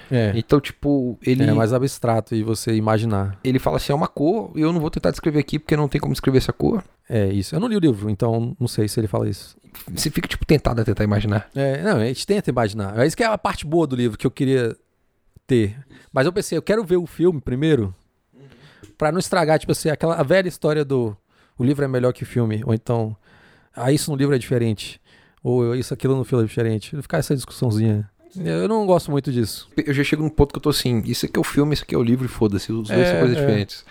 É.
Então, tipo, ele,
É mais abstrato e você imaginar.
ele fala assim, é uma cor, e eu não vou tentar descrever aqui porque não tem como descrever essa cor.
É isso. Eu não li o livro, então não sei se ele fala isso.
Você fica, tipo, tentado a tentar imaginar.
É, não, a gente tenta imaginar. É isso que é a parte boa do livro que eu queria ter. Mas eu pensei, eu quero ver o filme primeiro, pra não estragar, tipo assim, aquela a velha história do o livro é melhor que o filme, ou então, ah, isso no livro é diferente, ou isso aquilo no filme é diferente. Ficar essa discussãozinha. Eu não gosto muito disso.
Eu já chego num ponto que eu tô assim, isso aqui é o filme, isso aqui é o livro, e foda-se, os dois
É,
são coisas
é.
diferentes.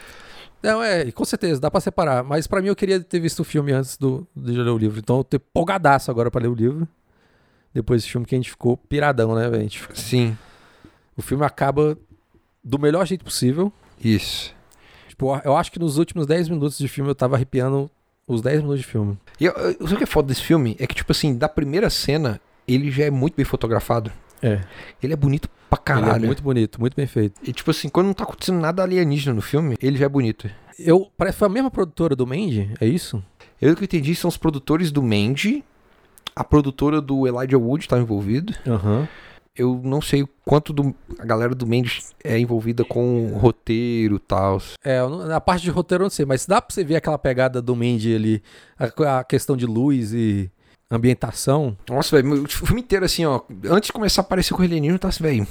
Não, é, com certeza, dá pra separar. Mas pra mim eu queria ter visto o filme antes do, de ler o livro. Então eu tô empolgadaço agora pra ler o livro. Depois desse filme que a gente ficou piradão, né, velho? A gente
Sim,
O filme acaba do melhor jeito possível.
isso.
Tipo, eu acho que nos últimos 10 minutos de filme eu tava arrepiando os 10 minutos de filme.
E eu, eu, sabe o que é foda desse filme? É que, tipo assim, da primeira cena, ele já é muito bem fotografado.
É.
Ele é bonito pra caralho.
Ele é muito bonito, muito bem feito.
E, tipo assim, quando não tá acontecendo nada alienígena no filme, ele já é bonito.
Eu, parece que foi a mesma produtora do Mandy, é isso?
Eu que eu entendi são os produtores do Mandy, a produtora do Elijah Wood tá envolvido.
Aham.
Eu não sei o quanto do, a galera do Mandy é envolvida com o roteiro e tal.
É, eu não- na parte de roteiro eu não sei, mas dá pra você ver aquela pegada do Mandy ali, a, co- a questão de luz e ambientação.
Nossa, velho, meu- o filme inteiro assim, ó. Antes de começar a aparecer com o alienígena, tá assim, velho.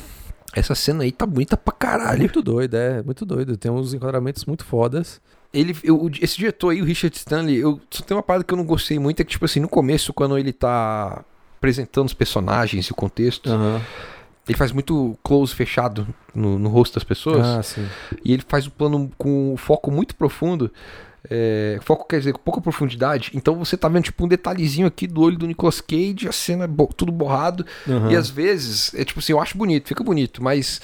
Essa cena aí tá bonita pra caralho.
Muito doido, é, muito doido. Tem uns enquadramentos muito fodas.
Ele, eu- o- esse diretor aí, o Richard Stanley, eu só tem uma parada que eu não gostei muito, é que, tipo assim, no começo, quando ele tá apresentando os personagens e o contexto,
Aham.
ele faz muito close fechado no, no rosto das pessoas.
Ah, sim.
E ele faz o plano com um foco muito profundo. é, foco quer dizer com pouca profundidade. Então você tá vendo tipo um detalhezinho aqui do olho do Nicolas Cage, a cena é bo- tudo borrado.
Aham.
E às vezes, é tipo assim, eu acho bonito, fica bonito, mas.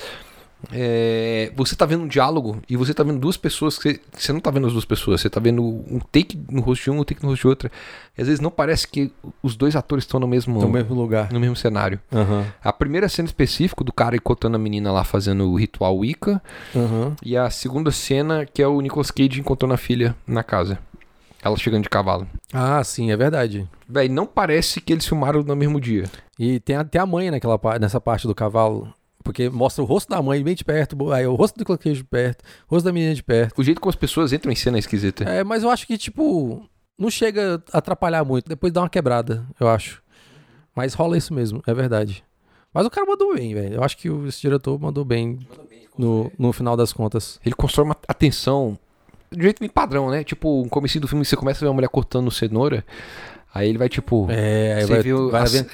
é, você tá vendo um diálogo e você tá vendo duas pessoas que você, você não tá vendo as duas pessoas, você tá vendo um take no rosto de um, um take no rosto de outra. E às vezes não parece que os dois atores estão no mesmo,
No Então, mesmo lugar.
no mesmo cenário.
Aham.
A primeira cena específica do cara encontrando a menina lá fazendo o ritual Wicca,
Aham.
e a segunda cena, que é o Nicolas Cage encontrando a filha na casa. Ela chegando de cavalo.
Ah, sim, é verdade.
Véi, não parece que eles filmaram no mesmo dia.
E tem até a mãe naquela, pa- nessa parte do cavalo. Porque mostra o rosto da mãe bem de perto, bo- aí o rosto do Nicolas Cage de perto, o rosto da menina de perto.
O jeito como as pessoas entram em cena é esquisita.
É, mas eu acho que, tipo, não chega a atrapalhar muito. Depois dá uma quebrada, eu acho. Mas rola isso mesmo, é verdade. Mas o cara mandou bem, velho. Eu acho que o- esse diretor mandou bem no, no final das contas.
Ele constrói uma atenção de um jeito meio padrão, né? Tipo, no comecinho do filme, você começa a ver uma mulher cortando cenoura, aí ele vai tipo...
É, aí
Você
vai,
viu
vai
a
vendo,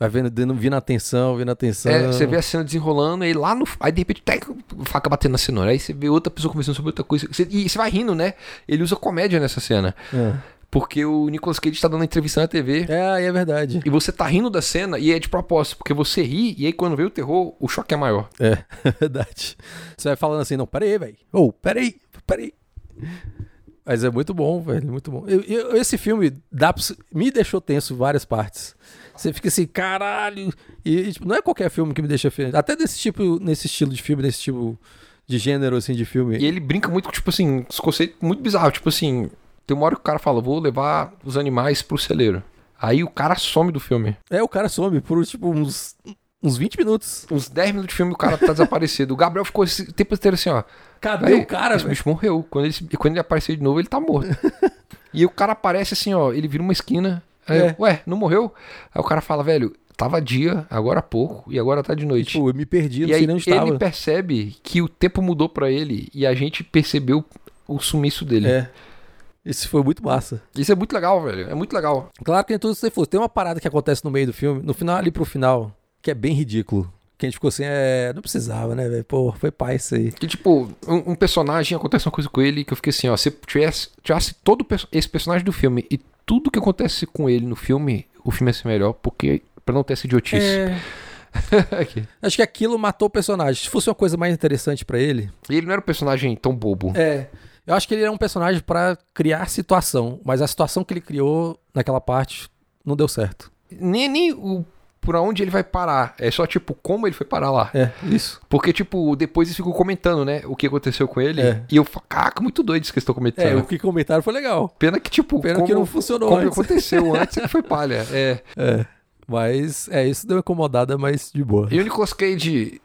vai vendo, dando- vindo atenção, vindo atenção.
É, você vê a cena desenrolando, e lá no. Aí de repente, tec, faca batendo na cenoura. Aí você vê outra pessoa conversando sobre outra coisa. Você- e você vai rindo, né? Ele usa comédia nessa cena.
É,
Porque o Nicolas Cage tá dando uma entrevista na TV.
é, aí é verdade.
E você tá rindo da cena e é de propósito, porque você ri e aí quando vem o terror, o choque é maior.
É, é verdade. Você vai falando assim, não, peraí, velho. Ô, peraí, peraí. Mas é muito bom, velho, muito bom. Eu- eu- esse filme dá pra se- me deixou tenso em várias partes. Você fica assim, caralho. E, e, tipo, não é qualquer filme que me deixa tenso. Até desse tipo, nesse estilo de filme, nesse tipo de gênero, assim, de filme.
E ele brinca muito com, tipo assim, os conceitos muito bizarros. Tipo assim, tem uma hora que o cara fala, vou levar os animais pro celeiro. Aí o cara some do filme.
É, o cara some por, tipo, uns, uns 20 minutos.
Uns 10 minutos de filme o cara tá desaparecido. O Gabriel ficou esse tempo inteiro assim, ó.
Cadê
Aí,
o cara,
Esse
velho?
bicho morreu. Quando ele, quando ele aparecer de novo, ele tá morto. e o cara aparece assim, ó. Ele vira uma esquina. Aí,
É.
ué, não morreu? Aí o cara fala, velho, tava dia, agora há pouco, e agora tá de noite.
Tipo, eu me perdi, não
e
sei
aí
nem onde tava.
ele percebe que o tempo mudou pra ele e a gente percebeu o sumiço dele.
É. Isso foi muito massa.
Isso é muito legal, velho. É muito legal.
Claro que tem tudo se fosse. Tem uma parada que acontece no meio do filme, no final ali pro final, que é bem ridículo. Que a gente ficou assim, é. Não precisava, né, velho? Pô, foi pai isso aí.
Que, tipo, um, um personagem, acontece uma coisa com ele que eu fiquei assim, ó. Se tivesse, tirasse todo o perso- esse personagem do filme e tudo que acontece com ele no filme, o filme ia ser melhor, porque. Pra não ter essa idiotice.
É.
Aqui.
Acho que aquilo matou o personagem. Se fosse uma coisa mais interessante pra ele.
E ele não era um personagem tão bobo.
É. Eu acho que ele era um personagem pra criar situação, mas a situação que ele criou naquela parte não deu certo.
Nem, nem o, por onde ele vai parar. É só, tipo, como ele foi parar lá.
É, isso.
Porque, tipo, depois eles ficam comentando, né? O que aconteceu com ele.
É.
E eu falo, caraca, muito doido isso que eles estão comentando.
É, o que comentaram foi legal.
Pena que, tipo,
Pena
como,
que não funcionou
como
antes.
aconteceu antes é que foi palha. É.
Mas é, isso deu uma incomodada, mas de boa.
E o Nicolas Cage,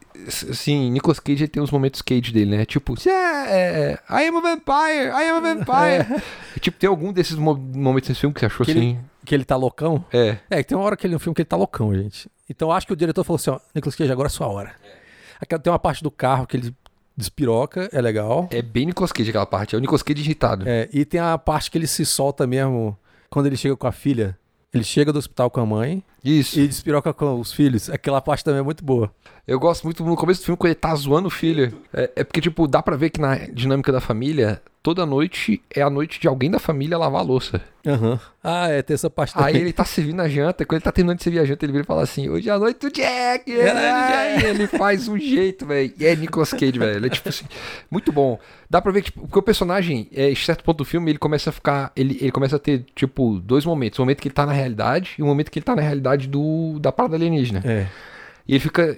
assim, Nicolas Cage ele tem uns momentos Cage dele, né? Tipo, yeah, é, é, I am a vampire, I am a vampire. E, tipo, tem algum desses mo- momentos desse filme que você achou
É. Que ele-
assim?
Que ele tá loucão?
É.
É, tem uma hora que ele, no filme que ele tá loucão, gente. Então acho que o diretor falou assim, ó, Nicolas Cage, agora é sua hora. Aquela, tem uma parte do carro que ele despiroca, é legal.
É bem Nicolas Cage aquela parte. É o Nicolas Cage irritado.
É, e tem a parte que ele se solta mesmo quando ele chega com a filha. Ele chega do hospital com a mãe
Isso.
e despiroca com os filhos. Aquela parte também é muito boa.
Eu gosto muito no começo do filme quando ele tá zoando o filho. É, é porque, tipo, dá pra ver que na dinâmica da família, toda noite é a noite de alguém da família lavar a louça.
Ah, é, tem essa parte
Aí
também.
ele tá servindo a janta, quando ele tá terminando de servir a janta, ele vira e fala assim: Hoje à é noite o Jack! E ele faz um jeito, velho. E é Nicolas Cage, velho. Ele é tipo assim, muito bom. Dá pra ver que, tipo, porque o personagem, é, em certo ponto do filme, ele começa a ficar. Ele, ele começa a ter, tipo, dois momentos: o momento que ele tá na realidade e o momento que ele tá na realidade do, da parada alienígena.
É.
E ele fica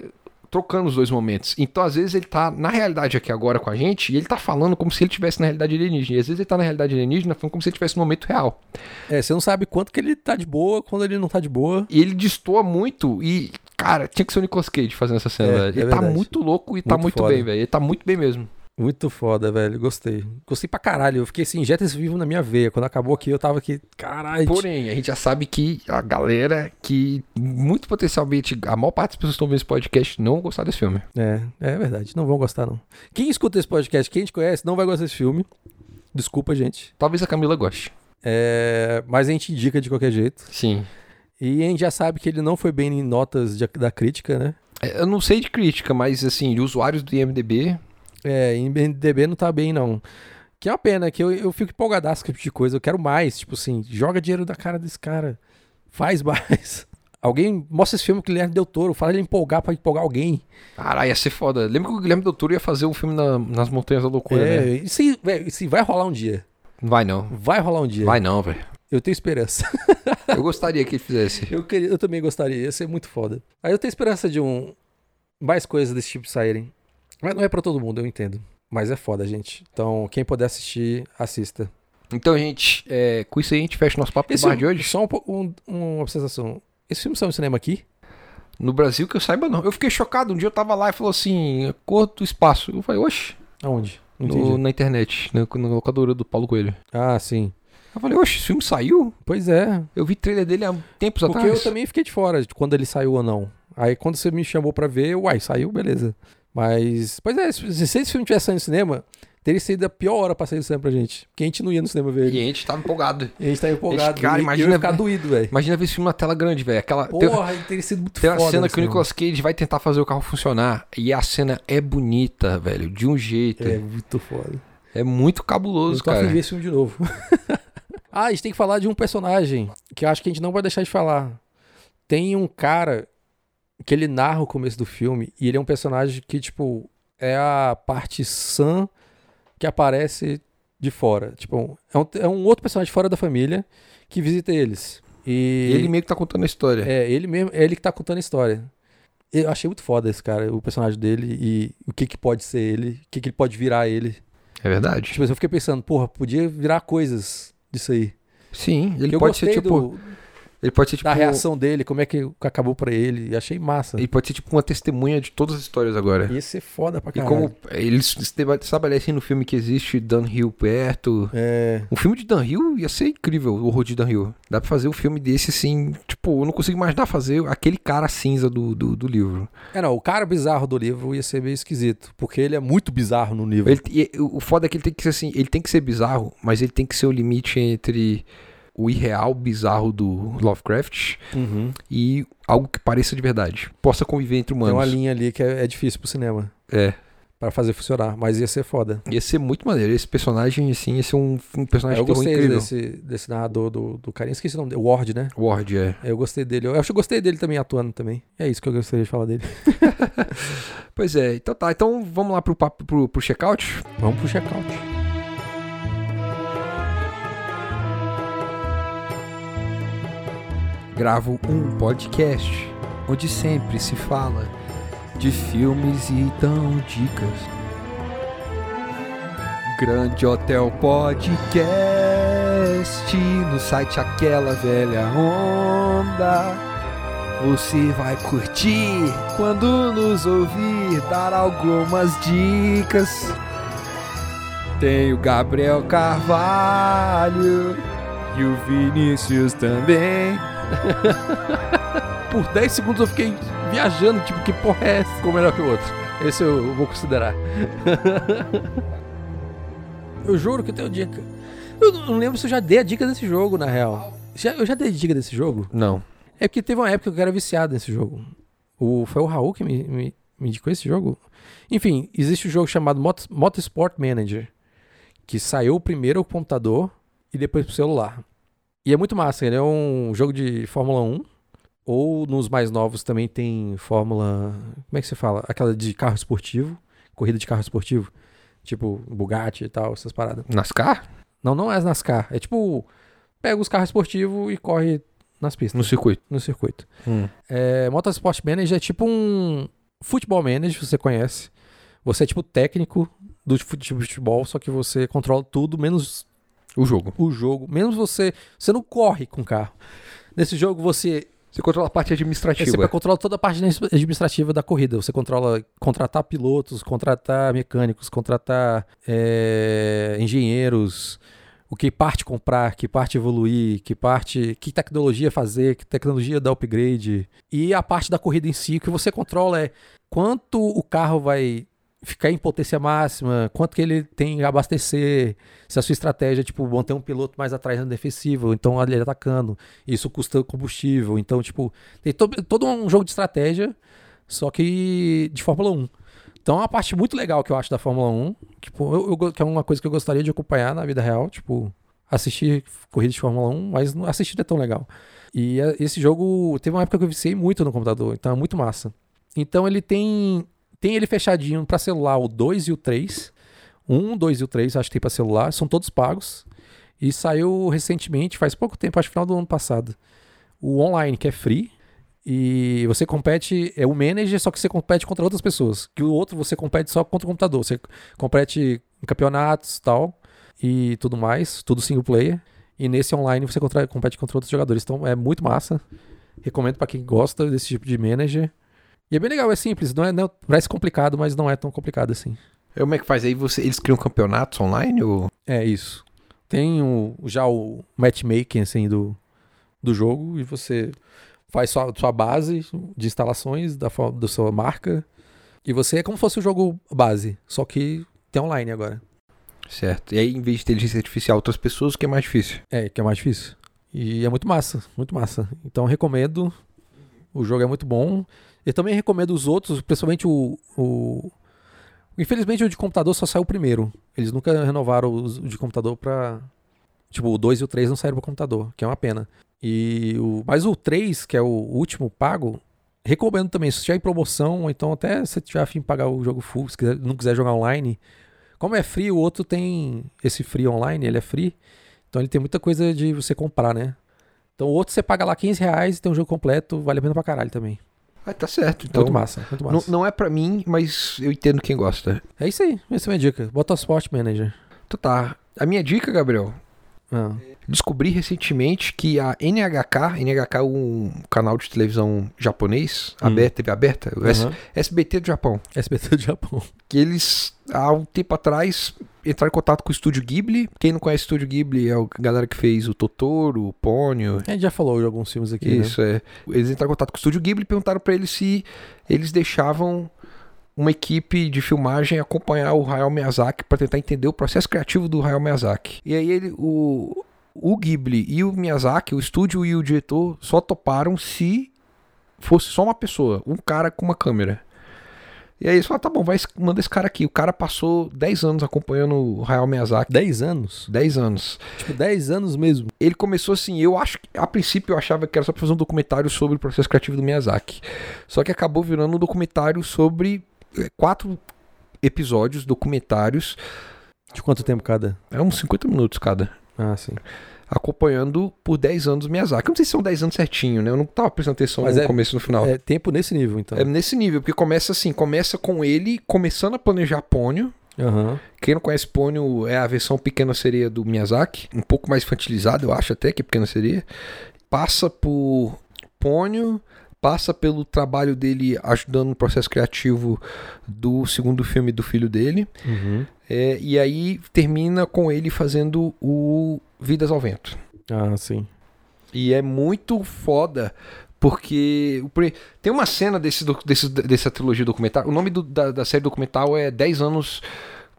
trocando os dois momentos. Então, às vezes, ele tá na realidade aqui agora com a gente e ele tá falando como se ele estivesse na realidade alienígena. E às vezes ele tá na realidade alienígena falando como se ele estivesse no momento real.
É, você não sabe quanto que ele tá de boa, quando ele não tá de boa.
E ele destoa muito e, cara, tinha que ser o Nicolas Cage fazendo essa cena,
É,
velho.
é
Ele tá
verdade.
muito louco e tá
Muito
muito
foda.
bem, velho. Ele tá muito bem mesmo.
Muito foda, velho. Gostei. Gostei pra caralho. Eu fiquei assim, injeta esse vivo na minha veia. Quando acabou aqui, eu tava aqui, caralho.
Porém, a gente já sabe que a galera que muito potencialmente, a maior parte das pessoas que estão vendo esse podcast não gostaram desse filme.
É, é verdade. Não vão gostar, não. Quem escuta esse podcast, quem te conhece, não vai gostar desse filme. Desculpa, gente.
Talvez a Camila goste.
É, mas a gente indica de qualquer jeito.
Sim.
E a gente já sabe que ele não foi bem em notas de- da crítica, né?
É, Eu não sei de crítica, mas assim, de usuários do IMDB,
É, em BNDB não tá bem, não. Que é uma pena, que eu, eu fico empolgadaço com esse tipo de coisa. Eu quero mais. Tipo assim, joga dinheiro da cara desse cara. Faz mais. Alguém mostra esse filme que o Guilherme Del Toro. Fala ele empolgar pra empolgar alguém.
caralho, ia ser foda. Lembra que o Guilherme Del Toro ia fazer um filme na- nas Montanhas da Loucura, né?
É, isso, aí, velho, isso aí vai rolar um dia.
Não Vai não.
Vai rolar um dia.
Vai não, velho.
Eu tenho esperança.
Eu gostaria que ele fizesse.
Eu, queria- eu também gostaria, ia ser muito foda. Aí eu tenho esperança de um mais coisas desse tipo saírem. Mas não é pra todo mundo, eu entendo. Mas é foda, gente. Então, quem puder assistir, assista.
Então, gente, é, com isso aí a gente fecha o nosso papo do
Esse
bar de hoje.
Só um, po- um, uma observação. Esse filme saiu no cinema aqui?
No Brasil, que eu saiba, não. Eu fiquei chocado. Um dia eu tava lá e falou assim: cor do espaço. Eu falei, oxe,
Aonde? Não
no-
entendi.
na internet, na, na locadora do Paulo Coelho.
Ah, sim.
Eu falei, oxe, esse filme saiu?
Pois é.
Eu vi trailer dele há tempos
Porque
atrás.
eu também fiquei de fora de quando ele saiu ou não. Aí quando você me chamou pra ver, uai, saiu, beleza. Mas, pois é, se, se esse filme tivesse saído no cinema, teria sido a pior hora pra sair do cinema pra gente. Porque a gente não ia no cinema ver ele.
E a gente tava empolgado.
A gente tá empolgado.
Esse cara,
e
imagina-
eu ia ficar doído, velho.
Imagina ver esse filme na tela grande, velho. Aquela. Tem,
Porra, ele teria sido muito
tem
foda.
uma cena
nesse
que o
filme.
Nicolas Cage vai tentar fazer o carro funcionar. E a cena é bonita, velho. De um jeito.
É
É,
muito foda.
muito
Eu
cabuloso,
tô afim de
cara.
ver esse filme de novo. ah, a gente tem que falar de um personagem que eu acho que a gente não vai deixar de falar. Tem um cara que ele narra o começo do filme e ele é um personagem que, tipo, é a parte sã que aparece de fora. Tipo, é um, é um outro personagem fora da família que visita eles. E
Ele meio que tá contando a história.
É, ele mesmo, é ele que tá contando a história. Eu achei muito foda esse cara, o personagem dele e o que que pode ser ele, o que que ele pode virar ele.
É verdade.
Tipo, eu fiquei pensando, porra, podia virar coisas disso aí.
Sim, ele
eu
pode ser
gostei
tipo.
do-
Ele pode ser tipo.
da reação dele, como é que acabou pra ele, achei massa.
Ele pode ser tipo uma testemunha de todas as histórias agora.
Ia ser foda pra
E
caralho.
como eles estabelecem no filme que existe Dan Hill perto.
É,
Um filme de Dan Hill ia ser incrível, o horror de Dan Hill. Dá pra fazer um filme desse assim. Tipo, eu não consigo imaginar fazer aquele cara cinza do, do, do livro.
é, não, o cara bizarro do livro ia ser meio esquisito, porque ele é muito bizarro no livro.
Ele- e- o foda é que ele tem que ser assim. Ele tem que ser bizarro, mas ele tem que ser o limite entre o irreal bizarro do Lovecraft
Uhum.
e algo que pareça de verdade. Possa conviver entre
Tem uma
humanos.
linha ali que é, é difícil pro cinema,
É.
pra fazer funcionar, mas ia ser foda.
Ia ser muito maneiro. Esse personagem, assim, ia ser um, um personagem
eu
de terror
gostei
incrível.
desse, desse narrador do, do carinha, esqueci o nome dele, Ward, né?
Ward, é.
Eu gostei dele, eu acho que eu gostei dele também atuando também. É isso que eu gostaria de falar dele.
Pois é, então tá. Então vamos lá pro, papo- pro, pro check-out.
Vamos pro check-out.
gravo um podcast onde sempre se fala de filmes e dão dicas. Grande Hotel Podcast no site Aquela Velha Onda. Você vai curtir quando nos ouvir dar algumas dicas. Tem o Gabriel Carvalho e o Vinícius também.
Por 10 segundos eu fiquei viajando, tipo, que porra é essa? Ficou melhor que o outro. Esse eu vou considerar. eu juro que eu tenho dica. Eu não não lembro se eu já dei a dica desse jogo, na real. Já- eu já dei dica desse jogo?
Não.
É porque teve uma época que eu era viciado nesse jogo. O, foi o Raul que me, me, me indicou esse jogo? Enfim, existe um jogo chamado Mot- Motorsport Manager, que saiu primeiro ao computador e depois pro celular. E é muito massa, ele é um jogo de Fórmula 1, ou nos mais novos também tem Fórmula... Como é que se fala? Aquela de carro esportivo, corrida de carro esportivo, tipo Bugatti e tal, essas paradas.
NASCAR?
Não, não é as NASCAR. É tipo, pega os carros esportivos e corre nas pistas,
No circuito.
no circuito.
Hum.
É, Motorsport Manager é tipo um futebol manager, você conhece. Você é tipo técnico do fu- de futebol, só que você controla tudo, menos
O jogo.
o jogo, menos você. Você não corre com o carro. Nesse jogo você,
Você controla a parte
É você
administrativa.
controla toda a parte administrativa da corrida. Você controla contratar pilotos, contratar mecânicos, contratar é, engenheiros, o que parte comprar, que parte evoluir, que parte. que tecnologia fazer, que tecnologia dar upgrade. E a parte da corrida em si, o que você controla é quanto o carro vai ficar em potência máxima, quanto que ele tem a abastecer, se a sua estratégia é tipo manter um piloto mais atrás na defensiva, ou então ele atacando, isso custa combustível, então tipo, tem to- todo um jogo de estratégia, só que de Fórmula 1. Então é uma parte muito legal que eu acho da Fórmula 1, que, pô, eu- eu go- que é uma coisa que eu gostaria de acompanhar na vida real, tipo, assistir corridas de Fórmula 1, mas não- assistir não é tão legal. E é, esse jogo, teve uma época que eu viciei muito no computador, então é muito massa. Então ele tem tem ele fechadinho pra celular, o 2 e o 3. Um, dois e o 3, acho que tem pra celular, são todos pagos. E saiu recentemente, faz pouco tempo, acho que final do ano passado, o online, que é free. E você compete, é o manager, só que você compete contra outras pessoas. Que o outro você compete só contra o computador. Você compete em campeonatos tal, e tudo mais, tudo single player. E nesse online você contra- compete contra outros jogadores. Então é muito massa. Recomendo pra quem gosta desse tipo de manager. E é bem legal, é simples, não é, não, parece complicado, mas não é tão complicado assim.
É, Como é que faz aí? Você, eles criam campeonatos online? Ou...
É isso. Tem o, já o matchmaking assim, do, do jogo e você faz sua, sua base de instalações da, fo- da sua marca e você é como se fosse o jogo base, só que tem online agora.
Certo. E aí, em vez de inteligência artificial, outras pessoas, o que é mais difícil?
É, que é mais difícil. E é muito massa, muito massa. Então recomendo. O jogo é muito bom. Eu também recomendo os outros, principalmente o. o- Infelizmente o de computador só saiu o primeiro. Eles nunca renovaram os- o de computador pra. Tipo, o 2 e o 3 não saíram pro computador, que é uma pena. E o... Mas o 3, que é o último pago, recomendo também. Se tiver em promoção, ou então até se tiver afim de pagar o jogo full, se quiser- não quiser jogar online. Como é free, o outro tem esse free online, ele é free. Então ele tem muita coisa de você comprar, né? Então o outro você paga lá 15 reais e tem um jogo completo, vale a pena pra caralho também.
Ah, tá certo. Então,
muito massa, muito
Não,
massa.
não é pra mim, mas eu entendo quem gosta.
É isso aí, essa é a minha dica. Bota o Sport Manager.
Então tá. A minha dica, Gabriel,
Ah,
descobri recentemente que a NHK, NHK é um canal de televisão japonês,
Hum.
aberta, TV aberta, o S-
aham.
SBT do Japão,
SBT do Japão.
que eles há um tempo atrás entraram em contato com o estúdio Ghibli. Quem não conhece o estúdio Ghibli é a galera que fez o Totoro, o Pônio,
A gente já falou de alguns filmes aqui, né?
Isso, é. Eles entraram em contato com o Estúdio Ghibli e perguntaram pra eles se eles deixavam uma equipe de filmagem acompanhar o Hayao Miyazaki pra tentar entender o processo criativo do Hayao Miyazaki. E aí ele, o, o Ghibli e o Miyazaki, o estúdio e o diretor, só toparam se fosse só uma pessoa, um cara com uma câmera. E aí eles falaram, tá bom, vai, manda esse cara aqui. O cara passou 10 anos acompanhando o Hayao Miyazaki.
10 anos?
10 anos
Tipo, 10 anos mesmo.
ele começou assim, eu acho que a princípio eu achava que era só pra fazer um documentário sobre o processo criativo do Miyazaki. Só que acabou virando um documentário sobre eh, quatro episódios documentários,
De quanto tempo cada?
é uns 50 minutos cada,
Ah, sim.
acompanhando por 10 anos o Miyazaki. Eu não sei se são 10 anos certinho, né? Eu não tava prestando atenção
Mas
no
é-
começo e no final.
É tempo nesse nível, então.
É nesse nível, porque começa assim, começa com ele começando a planejar Pônio,
Aham.
Quem não conhece Pônio é a versão pequena sereia do Miyazaki, um pouco mais infantilizada, eu acho até que é pequena sereia. Passa por Pônio, passa pelo trabalho dele ajudando no processo criativo do segundo filme do filho dele,
Uhum.
é, e aí termina com ele fazendo o Vidas ao Vento.
Ah, sim.
E é muito foda. Porque o pri- tem uma cena desse, doc- desse- dessa trilogia documental. O nome do- da, da série documental é 10 anos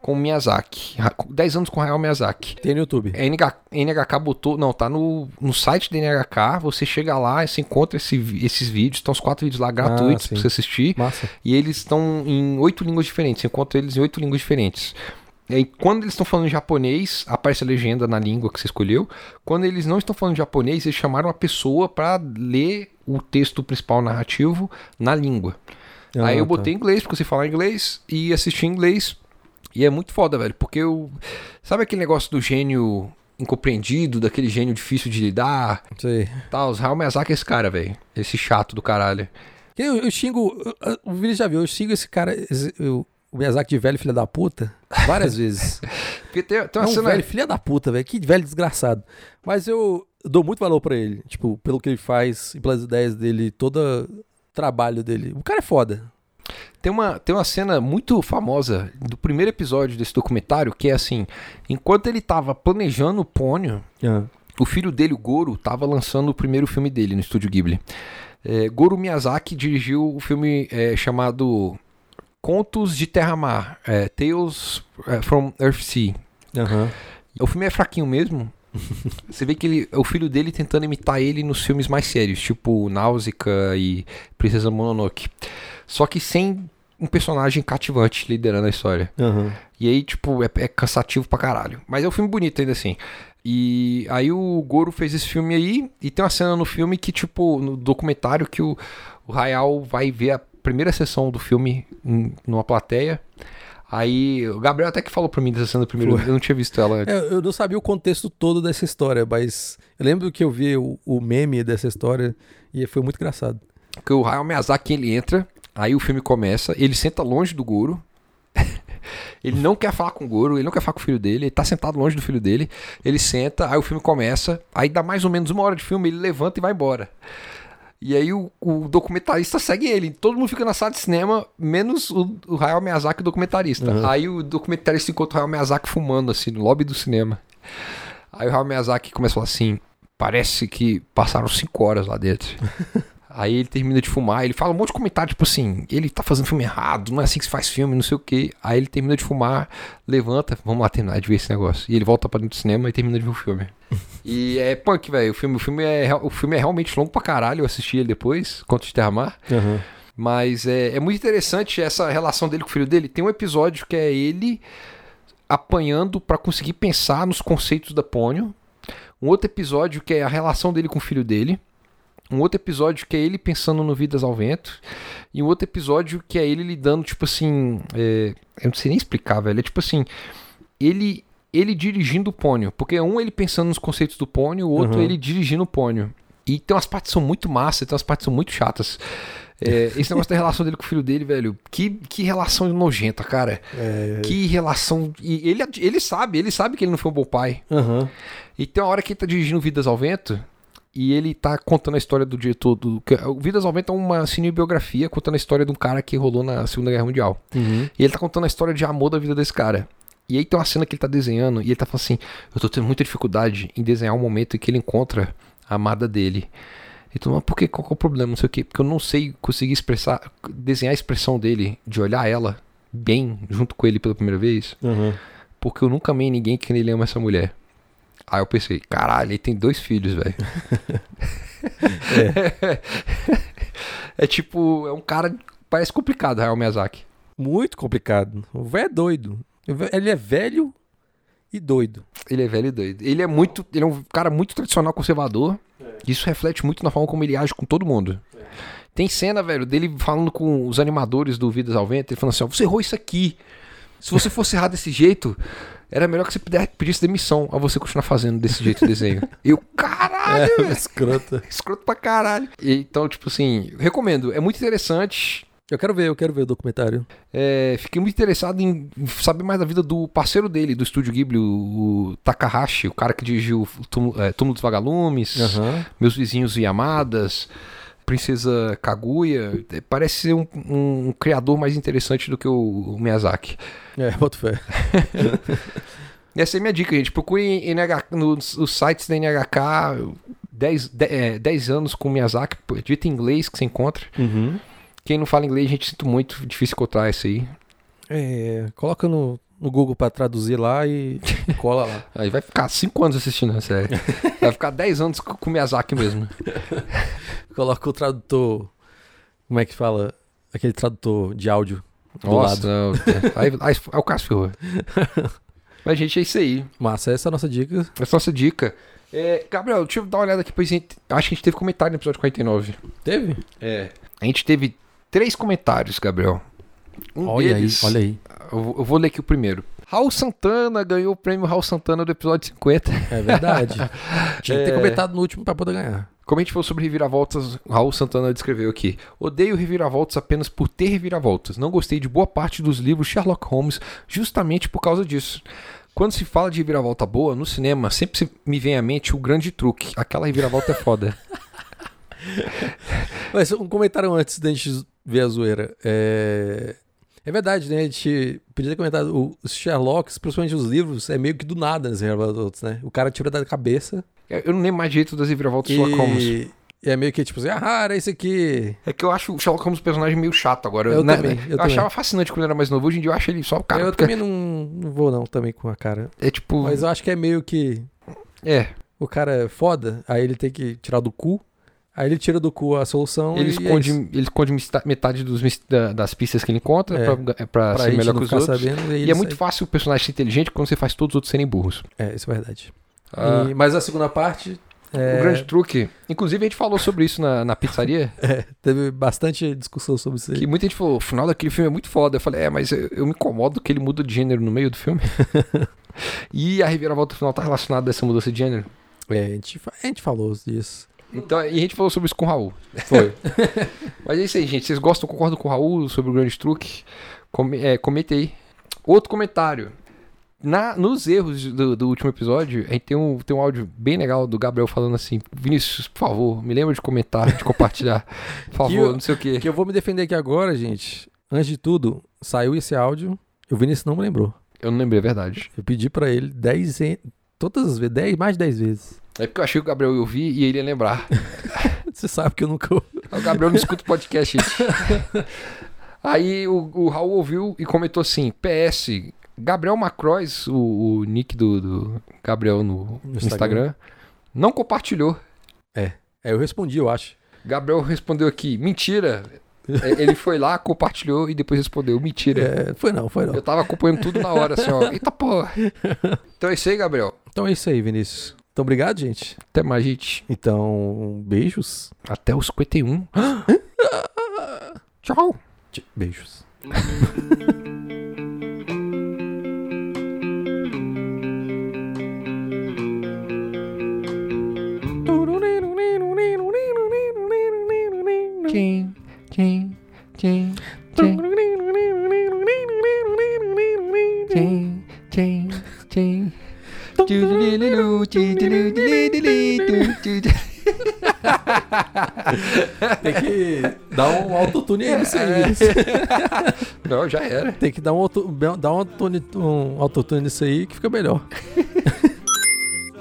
com Miyazaki. Ra- 10 anos com Hayao Miyazaki.
Tem no YouTube.
A NH, NHK botou. Não, tá no, no site da NHK. Você chega lá e você encontra esse vi- esses vídeos. Estão os quatro vídeos lá gratuitos
sim.
pra você assistir.
Massa.
E eles estão em oito línguas diferentes. Você encontra eles em oito línguas diferentes. E aí, quando eles estão falando em japonês, aparece a legenda na língua que você escolheu. Quando eles não estão falando em japonês, eles chamaram uma pessoa pra ler o texto principal narrativo na língua.
Ah,
aí eu
tá.
botei em inglês, porque você fala inglês, e assisti em inglês. E é muito foda, velho, porque eu. Sabe aquele negócio do gênio incompreendido, daquele gênio difícil de lidar?
Isso aí.
Tal, os Hayao Miyazaki é esse cara, velho. Esse chato do caralho.
Eu, eu xingo. eu- eu- O Vinícius já viu, eu xingo esse cara, esse- eu- o Miyazaki de velho filha da puta, várias vezes.
Porque tem, tem
É
uma
um
cena.
velho filha da puta, velho. Que velho desgraçado. Mas eu dou muito valor pra ele, tipo, pelo que ele faz e pelas ideias dele, todo o trabalho dele. O cara é foda.
Tem uma, tem uma cena muito famosa do primeiro episódio desse documentário que é assim: enquanto ele tava planejando o pônio,
É,
o filho dele, o Goro, tava lançando o primeiro filme dele no estúdio Ghibli. É, Goro Miyazaki dirigiu o filme é, chamado Contos de Terra-Mar, é, Tales é, from Earthsea.
Aham.
O filme é fraquinho mesmo. Você vê que ele, é o filho dele tentando imitar ele nos filmes mais sérios, tipo Náusea e Princesa Mononoke. Só que sem um personagem cativante liderando a história.
Aham.
E aí, tipo, é, é cansativo pra caralho. Mas é um filme bonito ainda assim. E aí o Goro fez esse filme aí, e tem uma cena no filme que, tipo, no documentário que o, o Hayao vai ver a primeira sessão do filme em- numa plateia. Aí o Gabriel até que falou pra mim dessa cena do primeiro, eu não tinha visto ela antes.
É, eu não sabia o contexto todo dessa história, mas eu lembro que eu vi o, o meme dessa história e foi muito engraçado.
Porque o Hayao Miyazaki ele entra, aí o filme começa, ele senta longe do Goro. ele não quer falar com o Goro, ele não quer falar com o filho dele, ele tá sentado longe do filho dele. Ele senta, aí o filme começa, aí dá mais ou menos uma hora de filme, ele levanta e vai embora. E aí o, o documentarista segue ele. Todo mundo fica na sala de cinema, menos o, o Hayao Miyazaki, o documentarista. Aí o documentarista encontra o Hayao Miyazaki fumando, assim, no lobby do cinema. Aí o Hayao Miyazaki começa a falar assim, parece que passaram cinco horas lá dentro. Aí ele termina de fumar, ele fala um monte de comentário, tipo assim, ele tá fazendo filme errado, não é assim que se faz filme, não sei o quê. Aí ele termina de fumar, levanta, vamos lá terminar de ver esse negócio. E ele volta pra dentro do cinema e termina de ver o filme. E é punk, velho. O filme, o, filme é, real- o filme é realmente longo pra caralho, eu assisti ele depois, Conto de Terra-Mar. Mas é, é muito interessante essa relação dele com o filho dele. Tem um episódio que é ele apanhando pra conseguir pensar nos conceitos da Pônio. Um outro episódio que é a relação dele com o filho dele. Um outro episódio que é ele pensando no Vidas ao Vento. E um outro episódio que é ele lidando, tipo assim. é, eu não sei nem explicar, velho. É tipo assim. Ele. Ele dirigindo o pônio, porque um ele pensando nos conceitos do pônio, o outro
Uhum.
ele dirigindo o pônio. E tem umas partes que são muito massas, tem umas partes que são muito chatas. É, esse negócio da relação dele com o filho dele, velho, que, que relação nojenta, cara. Que relação. E ele, ele sabe, ele sabe que ele não foi um bom pai.
Aham.
E tem uma hora que ele tá dirigindo Vidas ao Vento e ele tá contando a história do diretor do. o Vidas ao Vento é uma cinebiografia contando a história de um cara que rolou na Segunda Guerra Mundial.
uhum.
E ele tá contando a história de amor da vida desse cara. E aí tem uma cena que ele tá desenhando e ele tá falando assim: Eu tô tendo muita dificuldade em desenhar o momento em que ele encontra a amada dele. E tu, mas por que? Qual que é o problema? Não sei o quê. Porque eu não sei conseguir expressar, desenhar a expressão dele, de olhar ela bem junto com ele pela primeira vez.
Aham.
Porque eu nunca amei ninguém que nem ele ama essa mulher. Aí eu pensei, caralho, ele tem dois filhos, velho. é. tipo, é um cara. Parece complicado, Hayao Miyazaki.
Muito complicado. O velho é doido. O vé- Ele é velho e doido.
Ele é velho e doido. Ele é muito. Ele é um cara muito tradicional conservador. Isso reflete muito na forma como ele age com todo mundo. Tem cena, velho, dele falando com os animadores do Vidas ao Vento, ele falando assim, ó, você errou isso aqui. Se você fosse errar desse jeito, era melhor que você pide- pedisse demissão a você continuar fazendo desse jeito o desenho. Eu,
É,
caralho, velho. é
escrota.
Escroto pra caralho. E, então, tipo assim, recomendo. É muito interessante.
Eu quero ver, eu quero ver o documentário.
É, fiquei muito interessado em saber mais da vida do parceiro dele, do estúdio Ghibli, o, o Takahashi, o cara que dirigiu o Túmulo, é, Túmulo dos Vagalumes, Meus Vizinhos e Amadas, Princesa Kaguya. É, Parece ser um, um criador mais interessante do que o, o Miyazaki.
É, boto fé.
E Essa é a minha dica, gente. Procurem NH, nos, os sites da NHK 10, de- é, 10 anos com Miyazaki, pô, dita em inglês que você encontra.
Uhum.
Quem não fala inglês, gente, sinto muito difícil encontrar isso aí.
É, coloca no, no Google pra traduzir lá e cola lá.
Aí vai ficar 5 anos assistindo a série. Vai ficar 10 anos com com Miyazaki mesmo.
Coloca o tradutor. Como é que fala? Aquele tradutor de áudio do lado. né?
não. Aí, aí, aí o Cássio ferrou. Mas, gente, é isso aí.
Massa, essa é a nossa dica.
Essa é a nossa dica. É, Gabriel, deixa eu dar uma olhada aqui. Pois a gente- acho que a gente teve comentário no episódio 49.
Teve?
É. A gente teve três comentários, Gabriel. Um
Olha
deles,
aí, olha aí.
Eu, vou- eu vou ler aqui o primeiro. Raul Santana ganhou o prêmio Raul Santana do episódio 50.
É verdade. Tinha que ter
É.
comentado no último pra poder ganhar.
Como a gente falou sobre reviravoltas, Raul Santana descreveu aqui. Odeio reviravoltas apenas por ter reviravoltas. Não gostei de boa parte dos livros Sherlock Holmes justamente por causa disso. Quando se fala de reviravolta boa, no cinema sempre se- me vem à mente o grande truque. Aquela reviravolta é foda.
Mas um comentário antes da gente ver a zoeira. É, é verdade, né? A gente podia ter comentado. o- Os Sherlocks, principalmente os livros, é meio que do nada nas reviravoltas, né? O cara tira da cabeça.
Eu não lembro mais direito das reviravoltas do Sherlock Holmes.
E... e é meio que tipo assim, ah, era esse aqui.
É que eu acho o Sherlock Holmes um personagem meio chato agora.
Eu
né?
também, eu também.
achava fascinante quando era mais novo. Hoje em dia eu acho ele só o cara.
eu
porque
também não, não vou, não, também com a cara.
É tipo.
Mas eu acho que é meio que
É.
o cara é foda, aí ele tem que tirar do cu. Aí ele tira do cu a solução. e é
Ele esconde,
isso.
ele esconde mista- metade dos mis- da- das pistas que ele encontra
É.
pra, é pra
pra
ser
gente
melhor
não
que os
ficar
outros.
sabendo.
E
ele
é muito
sai.
fácil o personagem ser inteligente quando você faz todos os outros serem burros.
É, isso é verdade.
Ah,
E- mas a segunda parte. É,
O grande truque. Inclusive, a gente falou sobre isso na, na pizzaria.
Teve bastante discussão sobre isso aí.
que muita gente falou: o final daquele filme é muito foda. Eu falei: é, mas eu, eu me incomodo que ele muda de gênero no meio do filme. e a reviravolta final tá relacionada a essa mudança de gênero.
É, a gente, fa- a gente falou disso.
Então, e a gente falou sobre isso com o Raul.
Foi.
Mas é isso aí, gente. Vocês gostam, concordam com o Raul sobre o grande truque? Come, é, comenta aí. Outro comentário. Na, nos erros do, do último episódio, a gente tem um, tem um áudio bem legal do Gabriel falando assim: Vinícius, por favor, me lembra de comentar, de compartilhar. Por favor,
Que eu-
não sei o quê.
que eu vou me defender aqui agora, gente. Antes de tudo, saiu esse áudio. O Vinícius não me lembrou.
Eu não lembrei, é verdade.
Eu pedi pra ele 10 en- todas as vezes, 10, mais de 10 vezes.
É porque eu achei que o Gabriel ia ouvir e ele ia lembrar.
Você sabe que eu nunca.
O Gabriel não escuta o podcast. gente. Aí o, o Raul ouviu e comentou assim: PS, Gabriel Macroz, o, o nick do, do Gabriel no,
No
Instagram.
Instagram.
não compartilhou.
É, eu respondi, eu acho.
Gabriel respondeu aqui: mentira. É, Ele foi lá, compartilhou e depois respondeu: mentira.
É, foi não, foi não.
Eu tava acompanhando tudo na hora, assim, ó. Eita porra. Então é isso aí, Gabriel.
Então é isso aí, Vinícius. Então, obrigado, gente.
Até mais, gente.
Então, beijos.
Até os 51. Tchau.
Tch- Beijos.
Tchim, tchim, tchim, tchim. Tchim, tchim, tchim. Tudululu, tudululu, tudululu.
Tem que dar um autotune aí nisso aí.
Não, já era.
Tem que dar um, auto, dar um autotune um autotune nisso aí que fica melhor.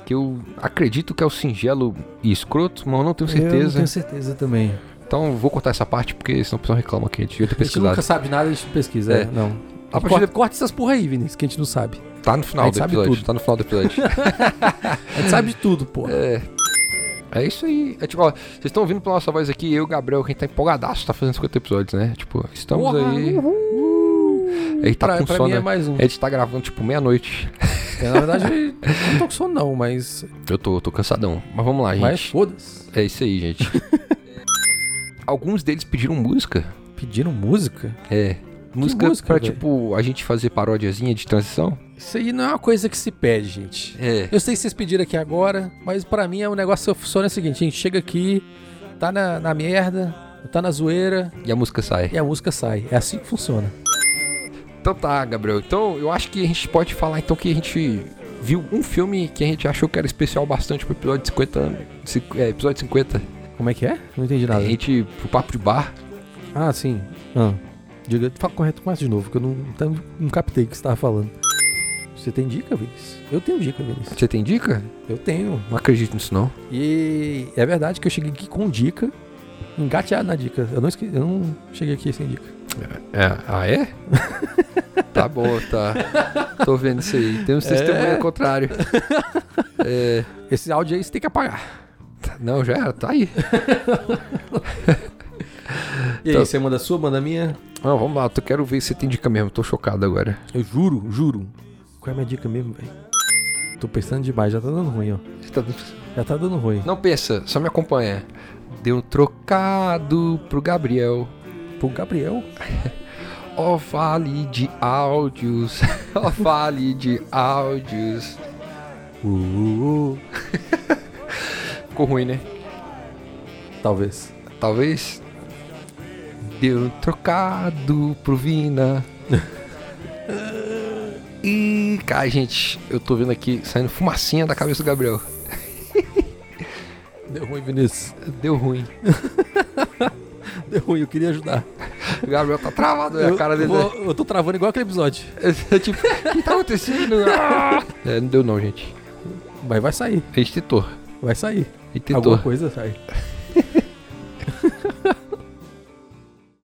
Que eu acredito que é o singelo e escroto, mas eu não tenho
Eu
certeza.
tenho certeza também.
Então eu vou cortar essa parte, porque senão o pessoal reclama que a gente devia ter
A gente nunca
pesquisado.
sabe nada, a gente pesquisa. É,
É.
não.
A partir
corta,
de-
corta essas porra aí, Vinícius, que a gente não sabe.
Tá no
A
final
gente
do
sabe
episódio.
tudo.
Tá no final do episódio.
A gente sabe de tudo, pô.
É isso aí. É tipo, ó, vocês estão ouvindo pela nossa voz aqui, eu e o Gabriel, quem tá empolgadaço, tá fazendo 50 episódios, né? Tipo, estamos
Porra,
aí. A gente tá
pra,
com
pra
sono.
mim é
né?
mais um.
A gente tá gravando, tipo, meia-noite.
É, na verdade, eu não tô com sono, não, mas.
Eu tô, tô cansadão. Mas vamos lá, gente.
Mas foda-se.
É isso aí, gente. Alguns deles pediram música.
Pediram música?
É. Música,
música,
pra,
velho?
tipo, a gente fazer paródiazinha de transição.
Isso aí não é uma coisa que se pede, gente.
É.
Eu sei que vocês pediram aqui agora, mas pra mim é um negócio que funciona o seguinte: a gente chega aqui, tá na, na merda, tá na zoeira
E a música sai.
e a música sai. É assim que funciona.
Então tá, Gabriel. Então eu acho que a gente pode falar então que a gente viu um filme que a gente achou que era especial bastante pro episódio 50. cinqu- é, episódio 50.
Como é que é? Não entendi
A
nada.
gente, pro papo de bar,
Ah, sim. Ah, diga, fala correto mais de novo, que eu não, tá- não captei o que você tava falando. Você tem dica, Vinícius? Eu tenho dica, Vinícius.
você tem dica?
Eu tenho.
Não acredito nisso, não.
E é verdade que eu cheguei aqui com dica, engateado na dica. Eu não, esque... eu não cheguei aqui sem dica.
É, ah, é? tá bom, tá. Tô vendo isso aí. Temos testemunha ao contrário. É,
Esse áudio aí você tem que apagar.
tá- não, já era, tá aí.
E aí,
Então-
você manda a sua, manda a minha?
Não, vamos lá, eu quero ver se você tem dica mesmo, tô chocado agora.
Eu juro, juro. Qual é a minha dica mesmo, velho? Tô pensando demais, já tá dando ruim, ó.
Você tá-
Já tá dando ruim.
Não pensa, só me acompanha. Deu um trocado pro Gabriel.
Pro Gabriel.
Ó vale de áudios, ó vale de áudios.
Uh, uh, uh.
Ficou ruim, né?
Talvez.
Talvez. Deu um trocado pro Vina. E, cara, gente, eu tô vendo aqui saindo fumacinha da cabeça do Gabriel.
Deu ruim, Vinícius.
Deu ruim.
Deu ruim, eu queria ajudar.
O Gabriel tá travado, olha a cara dele. né?
vou- eu tô travando igual aquele episódio.
tipo, o que tá acontecendo? é, não deu não, gente. É
Mas vai sair,
A gente tentou.
vai sair.
A gente tentou.
Alguma coisa sai.